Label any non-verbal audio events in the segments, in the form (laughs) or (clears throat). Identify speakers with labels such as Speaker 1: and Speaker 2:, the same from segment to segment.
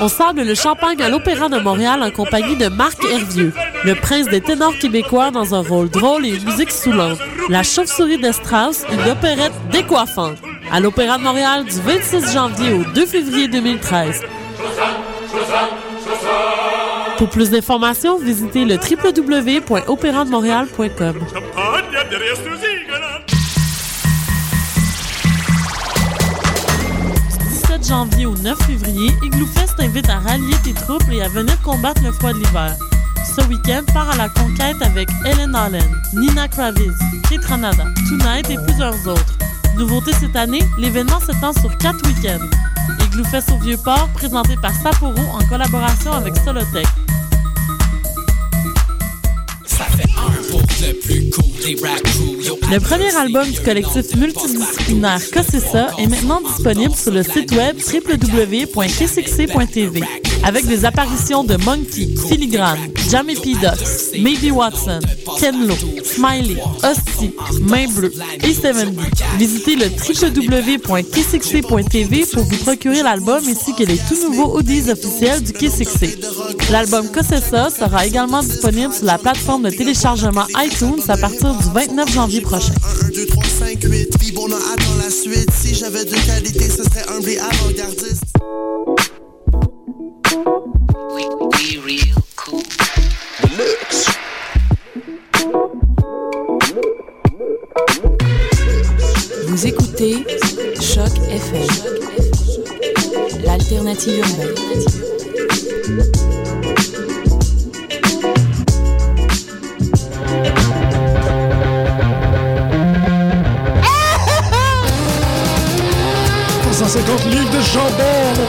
Speaker 1: on sable le champagne à l'Opéra de Montréal en compagnie de Marc Hervieux, le prince des ténors québécois dans un rôle drôle et une musique soulante. La chauve-souris de Strauss, une opérette décoiffante. À l'Opéra de Montréal du 26 janvier au 2 février 2013. Pour plus d'informations, visitez le www.opérandemontréal.com.
Speaker 2: Champagne,
Speaker 1: 17 janvier au 9 février, Igloo Fest t'invite à rallier tes troupes et à venir combattre le froid de l'hiver. Ce week-end, pars à la conquête avec Ellen Allen, Nina Kravitz, Kate Ranada, Tonight et plusieurs autres. Nouveauté cette année, l'événement s'étend sur quatre week-ends. Igloo Fest au Vieux-Port, présenté par Sapporo en collaboration avec Solotech. Le premier album du collectif multidisciplinaire Cossessa est maintenant disponible sur le site web www.kcxc.tv avec des apparitions de Monkey, Filigrane, Jamie P. Ducks, Maybe Watson, Ken Lo, Smiley, Hostie, Main Bleue et Seven D. Visitez le www.kcxc.tv pour vous procurer l'album ainsi que les tout nouveaux audios officiels du KCXC. L'album Cossessa sera également disponible sur la plateforme de téléchargement iTunes à partir du 29 janvier prochain.
Speaker 3: 1, 2, 3, 5, 8. Puis bon, on attend la suite. Si j'avais deux qualités, ce serait un blé avant-gardiste.
Speaker 4: We, we real cool.
Speaker 5: Vous écoutez Choc FM, l'alternative urbaine.
Speaker 6: livres de chandelle.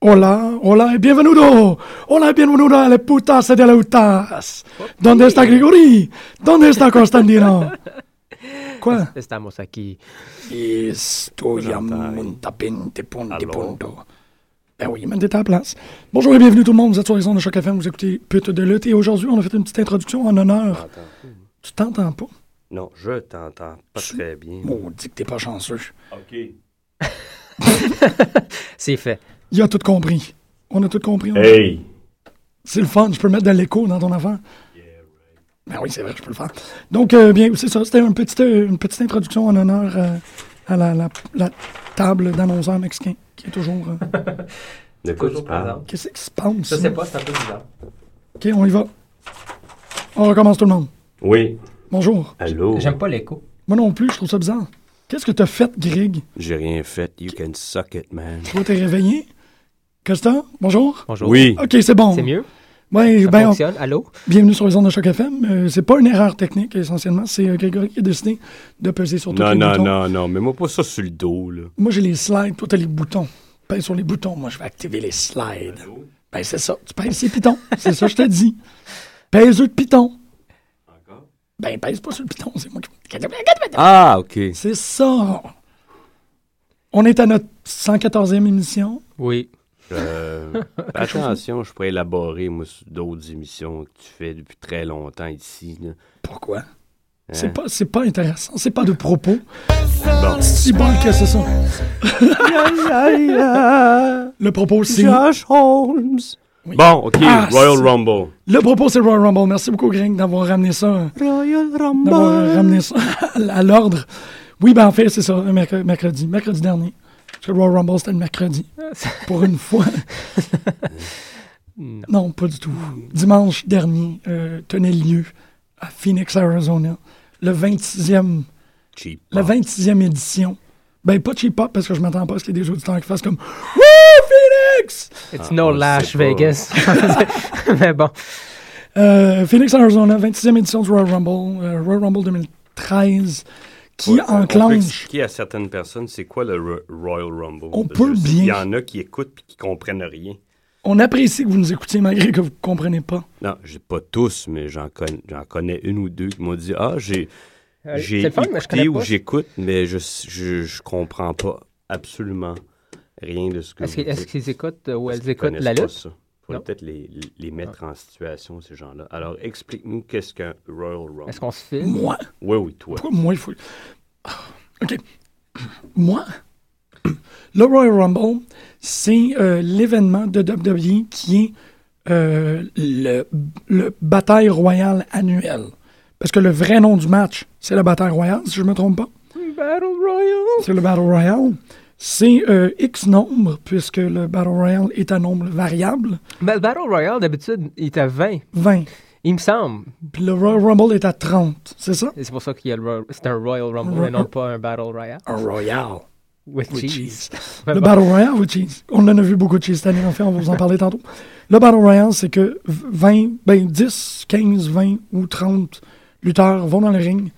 Speaker 6: Hola, hola y bienvenido. Hola y bienvenido a las putas de las putas. ¿Dónde está Grigori? ¿Dónde está Constantino? ¿Cuál?
Speaker 7: Estamos aquí.
Speaker 6: Estoy a
Speaker 7: J'entends.
Speaker 6: montapente, ponte,
Speaker 7: Allô?
Speaker 6: punto. Ben oui, mettez ta place. Bonjour et bienvenue tout le monde, vous êtes sur les ondes de Choc FM, vous écoutez Pute de lutte et aujourd'hui on a fait une petite introduction en
Speaker 7: Ah,
Speaker 6: honneur.
Speaker 7: hein.
Speaker 6: Tu t'entends pas?
Speaker 7: Non, je t'entends pas
Speaker 6: Tu-
Speaker 7: très bien.
Speaker 6: Maudit que t'es pas chanceux.
Speaker 7: C'est fait.
Speaker 6: Il a tout compris. On a tout compris.
Speaker 7: Eh.
Speaker 6: on a-
Speaker 8: Hey!
Speaker 6: C'est le fun, je peux mettre de l'écho dans ton affaire. Ben oui, c'est vrai, je peux le faire. Donc, euh, bien, c'est ça, c'était une petite, euh, une petite introduction en honneur euh, à la, la- la table d'annonceurs mexicains qui est toujours... euh,
Speaker 8: De quoi tu parles?
Speaker 6: Qu'est-ce qui se passe?
Speaker 7: Je sais pas, c'est un peu bizarre.
Speaker 6: OK, on y va. On recommence tout le monde.
Speaker 8: Oui.
Speaker 6: Bonjour.
Speaker 8: Allô?
Speaker 7: J'aime pas l'écho.
Speaker 6: Moi non plus, je trouve ça bizarre. Qu'est-ce que t'as fait, Grig?
Speaker 8: J'ai rien fait. You can suck it, man.
Speaker 6: Toi, t'es réveillé? Costa? Bonjour?
Speaker 7: Bonjour.
Speaker 8: Oui.
Speaker 6: OK, c'est bon.
Speaker 7: C'est mieux?
Speaker 6: Ouais,
Speaker 7: Ça
Speaker 6: ben, on-
Speaker 7: fonctionne? Allô?
Speaker 6: bienvenue sur les ondes de Choc FM. Euh, c'est pas une erreur technique, essentiellement. C'est euh, Grégory qui a décidé de peser sur tous
Speaker 8: Non,
Speaker 6: les
Speaker 8: non,
Speaker 6: boutons.
Speaker 8: non, non. Mets-moi pas ça sur le dos, là.
Speaker 6: Moi, j'ai les slides. Toi, t'as les boutons. Pèse sur les boutons. Moi, je vais activer les slides. Ben, c'est ça. Tu pèses sur le piton. c'est ça, que je te dis. Pèse sur le piton. Encore? Ben, pèse pas sur le piton. C'est moi qui...
Speaker 8: Ah, OK.
Speaker 6: C'est ça. On est à notre 114e émission.
Speaker 7: Oui.
Speaker 6: (laughs)
Speaker 8: Euh, attention, je pourrais élaborer, moi, sur d'autres émissions que tu fais depuis très longtemps ici, là.
Speaker 6: Pourquoi? C'est
Speaker 8: Hein?
Speaker 6: pas, c'est pas intéressant, c'est pas de propos.
Speaker 8: Bon.
Speaker 6: Si bon que c'est ça. Le propos, c'est.
Speaker 8: Holmes. Bon, OK.
Speaker 6: Ah,
Speaker 8: Royal
Speaker 6: c'est-
Speaker 8: Rumble.
Speaker 6: Le propos, c'est Royal Rumble. Merci beaucoup, Greg, d'avoir ramené ça. hein. D'avoir ramené ça (laughs) à l'ordre. Oui, ben en fait, c'est ça, merc- mercredi. Mercredi dernier. Parce que Royal Rumble, c'était le mercredi. Pour une fois. non. pas du tout. Dimanche dernier, euh, tenait lieu à Phoenix, Arizona, le 26e,
Speaker 8: Cheap.
Speaker 6: la 26e édition. Ben, pas cheap pop, parce que je m'attends pas à ce qu'il y ait des auditeurs qui fassent comme Wouh, Phoenix!
Speaker 7: It's
Speaker 8: Ah,
Speaker 7: no
Speaker 8: on le
Speaker 7: Lash
Speaker 8: sait pas. (laughs)
Speaker 7: Vegas. Mais bon.
Speaker 6: Euh, Phoenix, Arizona, 26e édition du Royal Rumble, euh, Royal Rumble 2013, qui
Speaker 8: Ouais, euh, on- On peut
Speaker 6: enclenche.
Speaker 8: expliquer à certaines personnes c'est quoi le Ro- Royal Rumble.
Speaker 6: On
Speaker 8: Je
Speaker 6: peut
Speaker 8: sais-
Speaker 6: bien.
Speaker 8: Il y en a qui écoutent et qui comprennent rien.
Speaker 6: On apprécie que vous nous écoutiez malgré que vous ne comprenez pas.
Speaker 8: Non, j'ai pas tous, mais j'en connais, j'en connais une ou deux qui m'ont dit Ah, j'ai
Speaker 7: Euh,
Speaker 8: j'ai
Speaker 7: c'est le fun, mais je connais
Speaker 8: écouté ou
Speaker 7: pas.
Speaker 8: j'écoute, mais je, je, je comprends pas absolument. rien de ce que
Speaker 7: Est-ce
Speaker 8: vous
Speaker 7: que- est-ce
Speaker 8: dites.
Speaker 7: qu'ils écoutent euh, ou
Speaker 8: Parce
Speaker 7: elles
Speaker 8: qu'ils
Speaker 7: écoutent la
Speaker 8: connaissent pas
Speaker 7: lutte?
Speaker 8: ça. Faudrait
Speaker 7: Non. Ah.
Speaker 8: peut-être les, les mettre en situation, ces gens-là. Alors, explique-nous qu'est-ce qu'un Royal Rumble.
Speaker 7: Est-ce qu'on se filme?
Speaker 6: Moi?
Speaker 8: Oui, oui, toi.
Speaker 6: Pourquoi moi, il faut. Ah, OK. Moi, le Royal Rumble, c'est euh, l'événement de WWE qui est euh, le, le bataille royale annuelle. Parce que le vrai nom du match, c'est la bataille royale, si je ne me trompe pas.
Speaker 7: Battle Royale!
Speaker 6: C'est le Battle Royale. C'est euh, X nombre, puisque le Battle Royale est à nombre variable,
Speaker 7: Mais le Battle Royale, d'habitude, il est à 20,
Speaker 6: 20.
Speaker 7: il me semble.
Speaker 6: Puis le Royal Rumble est à 30, c'est ça?
Speaker 7: Et C'est pour ça qu'il y a le Royal- C'est un Royal Rumble
Speaker 6: Ro-
Speaker 7: et non pas un Battle Royale.
Speaker 6: Un Royal.
Speaker 7: With,
Speaker 6: With
Speaker 7: cheese.
Speaker 6: cheese. Le Battle Royale, oui, cheese. On en a vu beaucoup de cheese cette année, en fait, on va vous en parler tantôt. Le Battle Royale, c'est que 20, ben 10, 15, 20 ou 30 lutteurs vont dans le ring.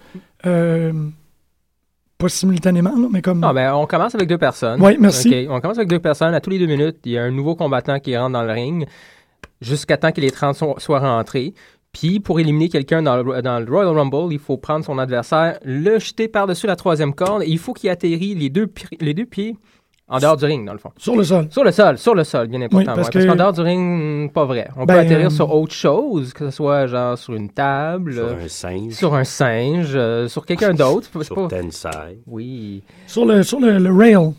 Speaker 6: Euh, pas simultanément, là, mais comme.
Speaker 7: Non, ben mais Ah, on commence avec deux personnes.
Speaker 6: Oui, merci.
Speaker 7: OK, On commence avec deux personnes. À tous les deux minutes, il y a un nouveau combattant qui rentre dans le ring jusqu'à temps que les 30 so- soient rentrés. Puis, pour éliminer quelqu'un dans, le- dans le Royal Rumble, il faut prendre son adversaire, le jeter par-dessus la troisième corde et il faut qu'il atterrit les deux, pi- les deux pieds en dehors du ring, dans le fond.
Speaker 6: Sur le sol.
Speaker 7: Sur le sol, sur le sol, bien important.
Speaker 6: Oui, parce
Speaker 7: ouais, parce
Speaker 6: que-
Speaker 7: qu'en dehors du ring, hmm, pas vrai. On
Speaker 6: Ben,
Speaker 7: peut atterrir
Speaker 6: euh,
Speaker 7: sur autre chose, que ce soit genre sur une table,
Speaker 8: Sur
Speaker 7: euh,
Speaker 8: un singe, sur,
Speaker 7: sur un singe, euh, sur
Speaker 8: (laughs)
Speaker 7: quelqu'un d'autre. C'est pas-
Speaker 8: Tensai.
Speaker 7: Oui.
Speaker 6: Sur le, sur le, le rail.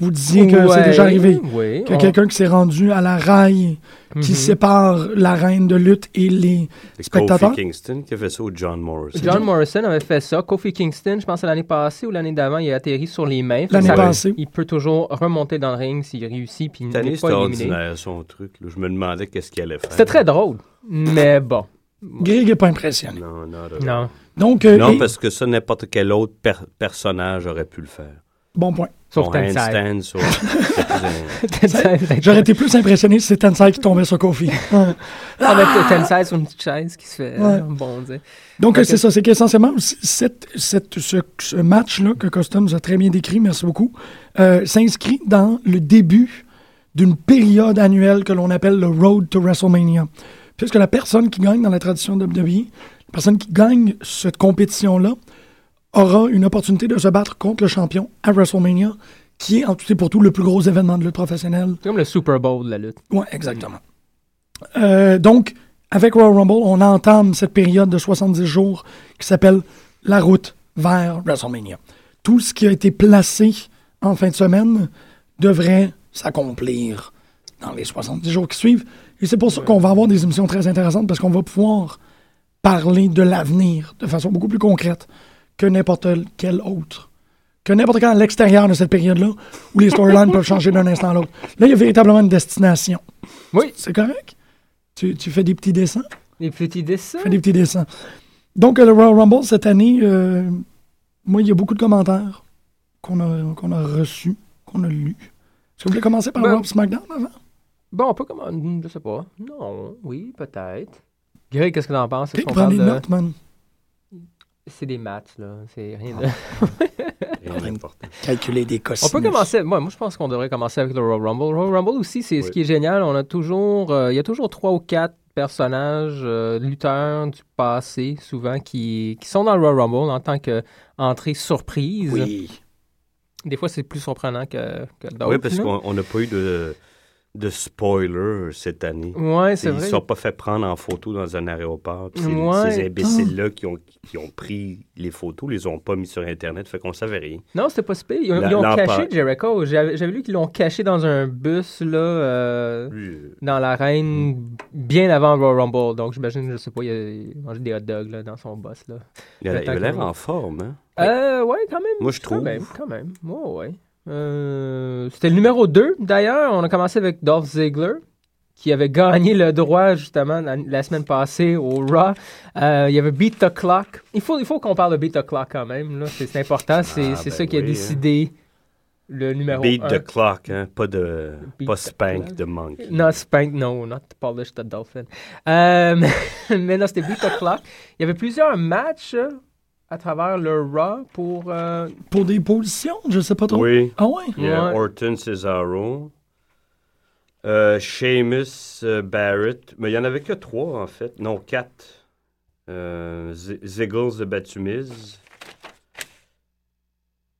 Speaker 6: Vous disiez que c'est
Speaker 7: Ouais,
Speaker 6: déjà arrivé.
Speaker 7: Oui.
Speaker 6: Que
Speaker 7: on-
Speaker 6: quelqu'un qui s'est rendu à la rail qui
Speaker 7: Oh. Mhm.
Speaker 6: sépare l'arène de lutte et les
Speaker 8: C'est
Speaker 6: spectateurs.
Speaker 8: Kofi Kingston qui a fait ça au John Morrison.
Speaker 7: John Morrison avait fait ça. Kofi Kingston, je pense à l'année passée ou l'année d'avant, il a atterri sur les mains. Fait que
Speaker 6: L'année
Speaker 7: ça-
Speaker 6: passée.
Speaker 7: Il peut toujours remonter dans le ring s'il réussit puis il
Speaker 8: Cette année,
Speaker 7: n'est
Speaker 8: c'était
Speaker 7: pas éliminé.
Speaker 8: ordinaire, son truc. là. Je me demandais qu'est-ce qu'il allait faire.
Speaker 7: C'était très drôle, mais bon.
Speaker 6: Greg n'est pas impressionné.
Speaker 8: Non, non, non.
Speaker 7: Non.
Speaker 6: Donc, euh,
Speaker 8: Non,
Speaker 6: et-
Speaker 8: parce que ça, n'importe quel autre per- personnage aurait pu le faire.
Speaker 6: bon point.
Speaker 7: Sauf
Speaker 8: Son
Speaker 7: Tensai.
Speaker 8: handstand, sur- c'est plus un-
Speaker 6: (laughs)
Speaker 7: (laughs) Tensai, peut-être
Speaker 6: J'aurais été plus impressionné si c'est Tensai qui tombait sur Kofi. Ouais.
Speaker 7: pas. Avec euh, Tensai sur une petite chaise qui se fait
Speaker 6: Ouais.
Speaker 7: euh, bondir.
Speaker 6: Donc,
Speaker 7: Ok.
Speaker 6: euh, c'est ça. C'est qu'essentiellement, c- cette, cette- ce, ce match-là que Customs a très bien décrit, merci beaucoup, euh, s'inscrit dans le début d'une période annuelle que l'on appelle le Road to WrestleMania. Puisque la personne qui gagne dans la tradition WWE, la personne qui gagne cette compétition-là, aura une opportunité de se battre contre le champion à WrestleMania, qui est en tout et pour tout le plus gros événement de lutte professionnelle
Speaker 7: C'est comme le Super Bowl de la lutte.
Speaker 6: oui, exactement. Euh, donc, avec Royal Rumble, on entame cette période de 70 jours qui s'appelle la route vers WrestleMania. Tout ce qui a été placé en fin de semaine devrait s'accomplir dans les 70 jours qui suivent. Et c'est pour ça qu'on va avoir des émissions très intéressantes parce qu'on va pouvoir parler de l'avenir de façon beaucoup plus concrète que n'importe quel autre. Que n'importe quand à l'extérieur de cette période-là, où les storylines peuvent changer d'un instant à l'autre. Là, il y a véritablement une destination.
Speaker 7: Oui.
Speaker 6: C'est correct? Tu, tu fais des petits dessins?
Speaker 7: Les petits dessins.
Speaker 6: Fais des petits dessins. Donc, euh, le Royal Rumble, cette année, euh, moi, il y a beaucoup de commentaires qu'on a, qu'on a reçus, qu'on a lus. Est-ce que vous voulez commencer par
Speaker 7: Ben-
Speaker 6: Rob SmackDown avant?
Speaker 7: Bon, on peut comment. hmm, Je sais pas. Non. Oui, peut-être. Greg, qu'est-ce que t'en penses? Est-ce
Speaker 6: Hey,
Speaker 7: qu'on
Speaker 6: prends
Speaker 7: parle
Speaker 6: des
Speaker 7: de-
Speaker 6: notes, man.
Speaker 7: C'est des maths, là. C'est rien de.
Speaker 8: rien d'important.
Speaker 6: Calculer des
Speaker 7: On
Speaker 6: cosinus.
Speaker 7: peut commencer. Moi, moi, je pense qu'on devrait commencer avec le Royal Rumble. Royal Rumble aussi, c'est ce
Speaker 8: Oui.
Speaker 7: qui est génial. On a toujours, euh, il y a toujours trois ou quatre personnages euh, lutteurs du passé, souvent qui, qui sont dans le Royal Rumble en tant qu'entrée surprise. Des fois, c'est plus surprenant que, que d'autres.
Speaker 8: Oui, parce
Speaker 7: là.
Speaker 8: qu'on on n'a pas eu de, de spoiler cette année.
Speaker 7: Ouais, c'est
Speaker 8: Ils ne
Speaker 7: vrai.
Speaker 8: sont pas fait prendre en photo dans un aéroport. Puis c'est
Speaker 7: Ouais. Oh.
Speaker 8: Ces imbéciles-là qui ont, qui ont pris les photos, les ont pas mis sur Internet, fait qu'on savait rien.
Speaker 7: Non, c'était pas si pire. Ils, ont-
Speaker 8: La-
Speaker 7: ils ont
Speaker 8: la-
Speaker 7: caché Jericho. J'avais j'avais lu qu'ils l'ont caché dans un bus là, euh, dans l'arène bien avant le Royal Rumble. Donc, j'imagine, je sais pas, il a il mangeait des hot dogs là, dans son bus là.
Speaker 8: Il
Speaker 7: Le
Speaker 8: a il
Speaker 7: temps
Speaker 8: a l'air
Speaker 7: qu'on- ben,
Speaker 8: en forme, hein?
Speaker 7: Euh, ouais, quand même.
Speaker 8: Moi, je
Speaker 7: Quand
Speaker 8: trouve.
Speaker 7: même, quand même. Ouais, ouais. Euh, C'était le numéro 2, d'ailleurs. On a commencé avec Dolph Ziggler, qui avait gagné le droit, justement, la, la semaine passée au Raw. Euh, il y avait Beat the Clock. Il faut, il faut qu'on parle de Beat the Clock, quand même. là. C'est c'est important. C'est
Speaker 8: Ah,
Speaker 7: c'est
Speaker 8: ben
Speaker 7: ça qui a
Speaker 8: oui, hein.
Speaker 7: décidé le numéro
Speaker 8: Beat
Speaker 7: 1.
Speaker 8: the clock, hein? Pas de.
Speaker 7: Beat
Speaker 8: pas
Speaker 7: the
Speaker 8: spank
Speaker 7: clock.
Speaker 8: de monkey.
Speaker 7: Not Spank, no, not Polish the Dolphin. Euh, (laughs) mais non, c'était Beat the Clock. Il y avait plusieurs matchs euh, à travers le Raw pour... euh,
Speaker 6: Pour des positions, je sais pas trop.
Speaker 8: Oui.
Speaker 6: Ah ouais?
Speaker 8: Il y a
Speaker 7: Ouais.
Speaker 8: Orton Cesaro. Euh, Sheamus euh, Barrett. Mais il n'y en avait que trois, en fait. Non, quatre. Euh, Z- Ziggles de Batumiz.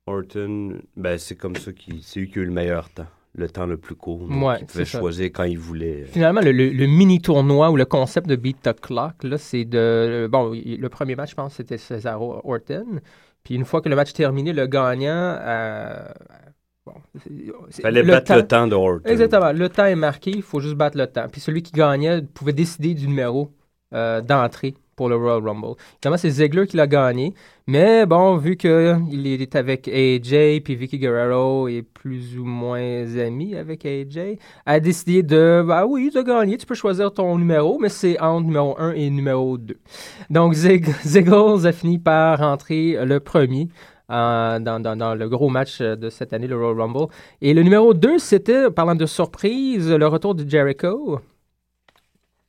Speaker 8: Orton, ben c'est comme ça qu'il. C'est lui qui a eu le meilleur temps. le temps le plus court. Donc,
Speaker 7: Ouais,
Speaker 8: il pouvait
Speaker 7: c'est ça.
Speaker 8: choisir quand il voulait. euh.
Speaker 7: Finalement, le, le- le mini-tournoi ou le concept de Beat the Clock, là, c'est de... euh, Bon, il- le premier match, je pense, c'était Cesaro Orton. Puis une fois que le match terminé, le gagnant... euh, bon, c'est- c'est-
Speaker 8: Il fallait battre le temps de Orton.
Speaker 7: Exactement. Le temps est marqué, il faut juste battre le temps. Puis celui qui gagnait pouvait décider du numéro euh, d'entrée pour le Royal Rumble. Évidemment, c'est Ziggler qui l'a gagné. Mais bon, vu qu'il est avec AJ, puis Vicky Guerrero est plus ou moins ami avec AJ, a décidé de, bah oui, tu as gagné, tu peux choisir ton numéro, mais c'est entre numéro 1 et numéro 2. Donc, Zig- (laughs) Ziggles a fini par rentrer le premier euh, dans, dans- dans le gros match euh, de cette année, le Royal Rumble. Et le numéro 2, c'était, parlant de surprise, le retour de Jericho.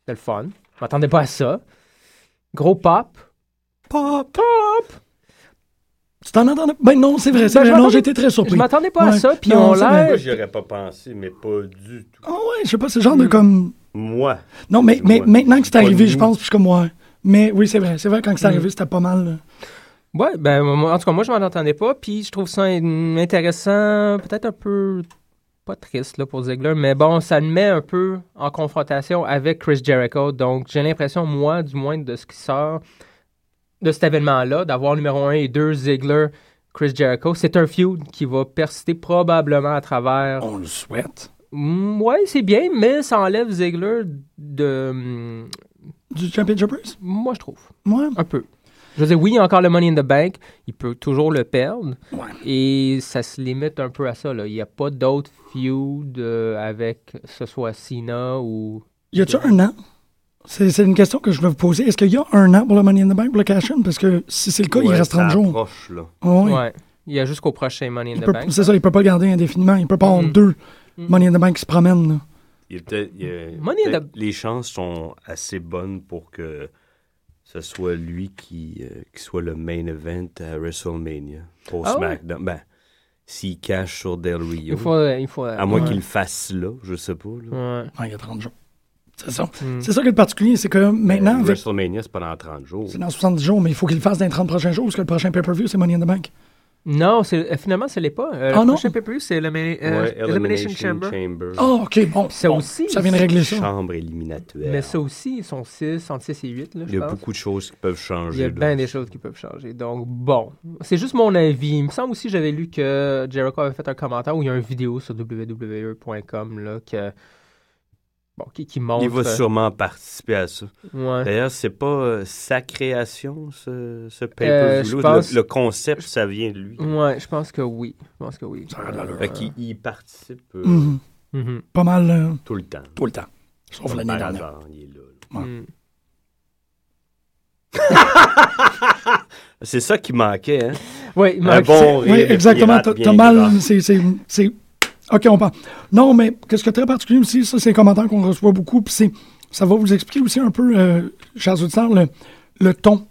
Speaker 7: C'était le fun. Je m'attendais pas à ça. Gros pop. Pop, pop!
Speaker 6: Tu t'en entendais? Ben non, c'est vrai. ça,
Speaker 7: Ben, je
Speaker 6: non,
Speaker 7: m'attendais-
Speaker 6: j'étais très
Speaker 7: Je
Speaker 6: surpris.
Speaker 7: m'attendais pas à
Speaker 6: Oh, Ouais.
Speaker 7: ça, puis
Speaker 6: Non,
Speaker 7: on
Speaker 6: c'est vrai.
Speaker 7: l'a...
Speaker 8: Moi, j'y aurais pas pensé, mais pas du tout.
Speaker 6: Ah ouais, je sais pas, c'est le genre de
Speaker 7: Mm.
Speaker 6: comme.
Speaker 8: Moi,
Speaker 6: Non, mais, mais
Speaker 8: Ouais.
Speaker 6: maintenant que c'est
Speaker 8: Pas
Speaker 6: arrivé,
Speaker 8: nous.
Speaker 6: je pense, puis je suis comme, ouais. Mais oui, c'est vrai. C'est vrai, quand c'est
Speaker 7: Mm.
Speaker 6: arrivé, c'était pas mal. là.
Speaker 7: Ouais, ben, moi, en tout cas, moi, je m'en entendais pas, puis je trouve ça in- intéressant, peut-être un peu pas triste là, pour Ziggler, mais bon, ça le met un peu en confrontation avec Chris Jericho. Donc, j'ai l'impression, moi, du moins, de ce qui sort de cet événement-là, d'avoir numéro 1 et 2, Ziggler, Chris Jericho, c'est un feud qui va persister probablement à travers.
Speaker 6: On le souhaite.
Speaker 7: Mm, Ouais, c'est bien, mais ça enlève Ziggler de. mm,
Speaker 6: Du Championship Race?
Speaker 7: Moi, je trouve.
Speaker 6: Ouais.
Speaker 7: Un peu. Je veux dire, oui, il y a encore le Money in the Bank. Il peut toujours le perdre.
Speaker 6: Ouais.
Speaker 7: Et ça se limite un peu à ça. Là. Il n'y a pas d'autres feud euh, avec que ce soit Cena ou.
Speaker 6: Y a-tu un an? C'est c'est une question que je vais vous poser. Est-ce qu'il y a un an pour le Money in the Bank, pour le cash-in? Parce que si c'est le cas, il
Speaker 8: ouais,
Speaker 6: reste 30
Speaker 8: ça
Speaker 6: jours.
Speaker 8: approche, là.
Speaker 6: Oh, oui.
Speaker 7: Ouais. Il y a jusqu'au prochain Money in
Speaker 6: Il
Speaker 7: the
Speaker 6: peut-
Speaker 7: Bank.
Speaker 6: C'est ça, il peut pas le garder indéfiniment. Il peut pas avoir
Speaker 7: Mm.
Speaker 6: deux
Speaker 7: Mm.
Speaker 6: Money in the Bank qui se promènent. là.
Speaker 8: Il y a peut-être- il y a-
Speaker 7: Money in the-
Speaker 8: peut-être Les chances sont assez bonnes pour que ce soit lui qui, euh, qui soit le main event à WrestleMania pour
Speaker 7: Ah ouais?
Speaker 8: SmackDown. Ben, s'il cache sur Del Rio,
Speaker 7: Il faut. euh, Il faut
Speaker 8: à moins
Speaker 6: Ouais.
Speaker 8: qu'il le fasse là, je sais pas. là.
Speaker 7: Ouais.
Speaker 6: Ouais, Ah, il y a 30 jours. C'est ça.
Speaker 7: Mm. Ben,
Speaker 6: C'est ça qui est le particulier, c'est que
Speaker 8: Euh,
Speaker 6: maintenant, avec-
Speaker 8: WrestleMania, c'est pendant 30 jours.
Speaker 6: c'est dans 70 jours, mais il faut qu'il le fasse dans les 30 prochains jours, parce que le prochain pay-per-view, c'est Money in the Bank.
Speaker 7: Non, c'est- euh, finalement, ce n'est pas. Euh,
Speaker 6: Ah
Speaker 7: le
Speaker 6: non?
Speaker 7: prochain pay c'est le Mani- euh,
Speaker 8: Ouais,
Speaker 7: Elimination Chamber.
Speaker 6: Ah, OK, bon.
Speaker 7: Ça
Speaker 6: bon,
Speaker 7: aussi,
Speaker 6: Ça vient de régler ça.
Speaker 8: Chambre éliminatoire.
Speaker 7: Mais ça aussi, ils sont 6, entre 6 et 8. Là, je
Speaker 8: Il y a
Speaker 7: pense.
Speaker 8: beaucoup de choses qui peuvent changer.
Speaker 7: Il y a
Speaker 8: là.
Speaker 7: bien des choses qui peuvent changer. Donc, bon, c'est juste mon avis. Il me semble aussi, j'avais lu que Jericho avait fait un commentaire où il y a une vidéo sur www.com là, que, bon, qui, qui montre.
Speaker 8: Il va sûrement participer à ça.
Speaker 7: Ouais.
Speaker 8: D'ailleurs, c'est pas euh, sa création, ce, ce
Speaker 7: Euh, je
Speaker 8: pay-per-view.
Speaker 7: pense- Mm.
Speaker 8: le, le concept, ça vient de lui.
Speaker 7: Ouais, je pense que oui. Je pense que oui.
Speaker 8: Fait qu'il il participe euh,
Speaker 6: Mhm.
Speaker 7: Mhm.
Speaker 6: Pas mal euh,
Speaker 8: tout le temps.
Speaker 6: tout le temps. Sauf l'année
Speaker 8: Par
Speaker 6: dernière.
Speaker 8: hasard, il est là, là.
Speaker 6: Ouais.
Speaker 7: Mm.
Speaker 8: (laughs) C'est ça qui manquait, hein?
Speaker 7: Ouais, il
Speaker 8: Un
Speaker 7: manque-
Speaker 8: bon rire.
Speaker 6: Oui,
Speaker 8: de
Speaker 6: exactement.
Speaker 8: pirate
Speaker 6: T'as
Speaker 8: bien
Speaker 6: t'as mal.
Speaker 8: grand.
Speaker 6: c'est- c'est- C'est. OK, on part. Non, mais qu'est-ce que très particulier aussi, ça, c'est les commentaires qu'on reçoit beaucoup. Puis c'est- ça va vous expliquer aussi un peu, euh, chers auditeurs, le, le ton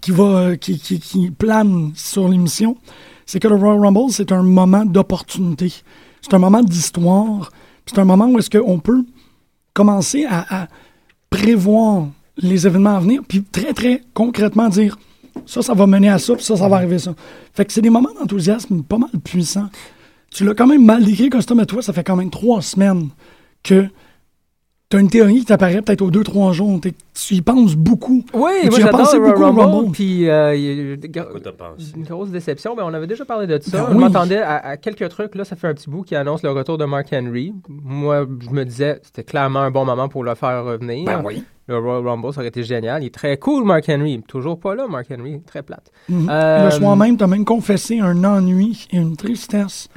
Speaker 6: qui, va, euh, qui, qui, qui plane sur l'émission. C'est que le Royal Rumble, c'est un moment d'opportunité. C'est un moment d'histoire. Puis C'est un moment où est-ce qu'on peut commencer à, à prévoir les événements à venir, puis très, très concrètement dire ça, ça va mener à ça, puis ça, ça va arriver ça. Fait que c'est des moments d'enthousiasme pas mal puissants. Tu l'as quand même mal décrit, Custom, à toi, ça fait quand même trois semaines que tu as une théorie qui t'apparaît peut-être aux deux, trois jours. T'es- tu y penses beaucoup.
Speaker 7: Oui,
Speaker 6: Mais tu
Speaker 7: moi
Speaker 6: y as
Speaker 7: j'adore
Speaker 6: pensé
Speaker 7: le Royal
Speaker 6: beaucoup au
Speaker 7: Rumble,
Speaker 6: Rumble.
Speaker 7: puis euh, il y a-
Speaker 8: Quoi t'as pensé?
Speaker 7: une grosse déception, mais on avait déjà parlé de ça.
Speaker 6: Ben
Speaker 7: je
Speaker 6: oui.
Speaker 7: m'attendais à, à quelques trucs. Là, ça fait un petit bout qui annonce le retour de Mark Henry. Moi, je me disais, c'était clairement un bon moment pour le faire revenir.
Speaker 6: oui.
Speaker 7: Le Royal Rumble, ça aurait été génial. Il est très cool, Mark Henry. Toujours pas là, Mark Henry. Très plate. (laughs) Euh,
Speaker 6: Mhm. Le soir même, tu as même confessé un ennui et une
Speaker 7: (clears throat)
Speaker 6: tristesse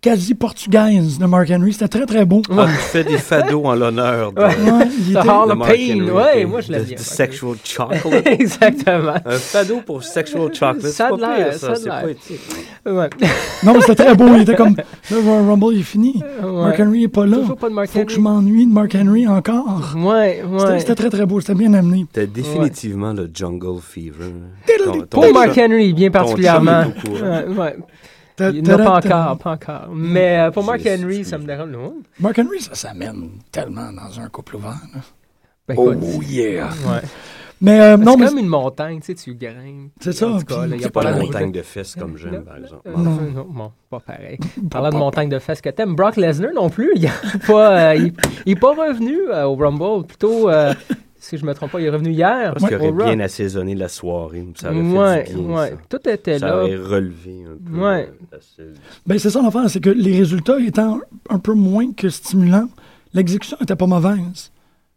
Speaker 6: quasi portugaise de Mark Henry. C'était très, très beau.
Speaker 8: On nous fait Ah, des fados en l'honneur de,
Speaker 7: Ouais. (laughs)
Speaker 6: Ouais, il
Speaker 7: The
Speaker 6: était-
Speaker 7: Hall
Speaker 8: de
Speaker 7: of
Speaker 8: Mark
Speaker 7: Pain.
Speaker 8: Henry.
Speaker 7: Ouais, moi, je l'aime
Speaker 8: The-
Speaker 7: bien,
Speaker 8: the
Speaker 7: Mark
Speaker 8: Sexual
Speaker 7: (laughs)
Speaker 8: Chocolate.
Speaker 7: Exactement.
Speaker 6: Euh,
Speaker 8: Un fado pour Sexual Chocolate.
Speaker 7: Ça
Speaker 8: C'est
Speaker 7: a
Speaker 8: pas
Speaker 7: de l'air,
Speaker 8: pire,
Speaker 7: ça a
Speaker 8: ça.
Speaker 7: de
Speaker 8: C'est
Speaker 7: l'air.
Speaker 8: poétique.
Speaker 7: Ouais.
Speaker 6: Non, mais c'était très beau. Il était
Speaker 7: (laughs)
Speaker 6: comme le Royal Rumble, il est fini. Mark
Speaker 7: Ouais.
Speaker 6: Henry n'est pas là.
Speaker 7: Toujours pas de Mark
Speaker 6: Faut que je
Speaker 7: Henry.
Speaker 6: m'ennuie de Mark Henry encore.
Speaker 7: Ouais,
Speaker 6: C'était-
Speaker 7: ouais.
Speaker 6: C'était très, très beau. C'était bien amené.
Speaker 8: T'as définitivement le Jungle Fever. hein. Ton- ton
Speaker 7: Pour Mark
Speaker 8: chat-
Speaker 7: Henry, bien
Speaker 8: ton
Speaker 7: particulièrement.
Speaker 8: chum est au courant.
Speaker 7: Ouais, ouais.
Speaker 6: Ta-
Speaker 7: Il- Non, pas
Speaker 6: ta- ta-
Speaker 7: encore, pas encore. Mais euh, pour Mark
Speaker 8: J'ai-
Speaker 7: Henry, ça me dérange. Non.
Speaker 6: Mark Henry, ça s'amène tellement dans un couple ouvert. là.
Speaker 8: Oh,
Speaker 7: Ben, écoute,
Speaker 6: yeah!
Speaker 7: ouais.
Speaker 6: Mais euh, non, mais
Speaker 7: c'est comme une montagne, tu sais, tu grimpes.
Speaker 6: C'est
Speaker 7: puis
Speaker 6: ça,
Speaker 7: en tout cas,
Speaker 6: puis
Speaker 7: là, il y a
Speaker 6: c'est
Speaker 8: Pas
Speaker 7: pas
Speaker 8: la
Speaker 7: l'air de-
Speaker 8: montagne de fesses comme
Speaker 7: Là,
Speaker 8: j'aime, par exemple.
Speaker 7: euh,
Speaker 6: Non.
Speaker 7: (laughs) non, bon, pas pareil. Parlant de montagne de fesses que t'aimes, Brock Lesnar non plus, il n'est (laughs) pas, euh, il, il est pas revenu euh, au Rumble. Plutôt, (laughs) euh, si je me trompe pas, il est revenu hier.
Speaker 8: Parce qu'il
Speaker 7: au
Speaker 8: aurait
Speaker 7: Raw.
Speaker 8: bien assaisonné la soirée. Ça aurait
Speaker 7: ouais,
Speaker 8: fait du bien,
Speaker 7: ouais.
Speaker 8: ça.
Speaker 7: Tout était
Speaker 8: Ça
Speaker 7: là.
Speaker 8: aurait relevé un peu.
Speaker 7: Ouais.
Speaker 8: euh, l'acide.
Speaker 6: ben, c'est ça l'affaire, c'est que les résultats étant un peu moins que stimulants, l'exécution était pas mauvaise.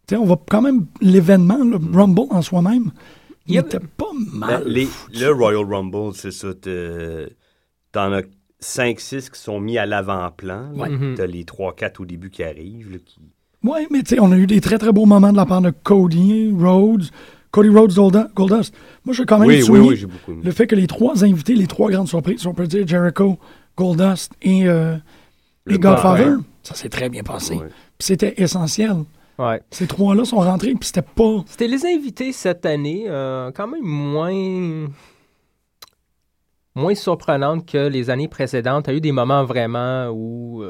Speaker 6: Tu sais, on va quand même, l'événement, le Rumble en soi-même, il
Speaker 7: Il y a-
Speaker 6: était pas
Speaker 8: Ben,
Speaker 6: mal.
Speaker 8: les- le Royal Rumble, c'est ça. t'es- T'en as 5-6 qui sont mis à l'avant-plan. là.
Speaker 7: Mhm.
Speaker 8: T'as les 3-4 au début qui arrivent. là, qui-
Speaker 6: Oui, mais tu sais, on a eu des très, très beaux moments de la part de Cody, Rhodes, Cody Rhodes, Golda- Goldust. Moi, je vais quand même
Speaker 8: Oui, oui,
Speaker 6: souligner
Speaker 8: oui, j'ai beaucoup aimé.
Speaker 6: le fait que les trois invités, les trois grandes surprises, on peut dire Jericho, Goldust et, euh,
Speaker 8: Le
Speaker 6: et Godfather,
Speaker 8: parrain.
Speaker 6: ça s'est très bien passé.
Speaker 8: Ouais.
Speaker 6: Puis c'était essentiel.
Speaker 7: Ouais.
Speaker 6: Ces trois-là sont rentrés, puis c'était pas...
Speaker 7: C'était les invités cette année, euh, quand même moins moins surprenante que les années précédentes. Tu as eu des moments vraiment où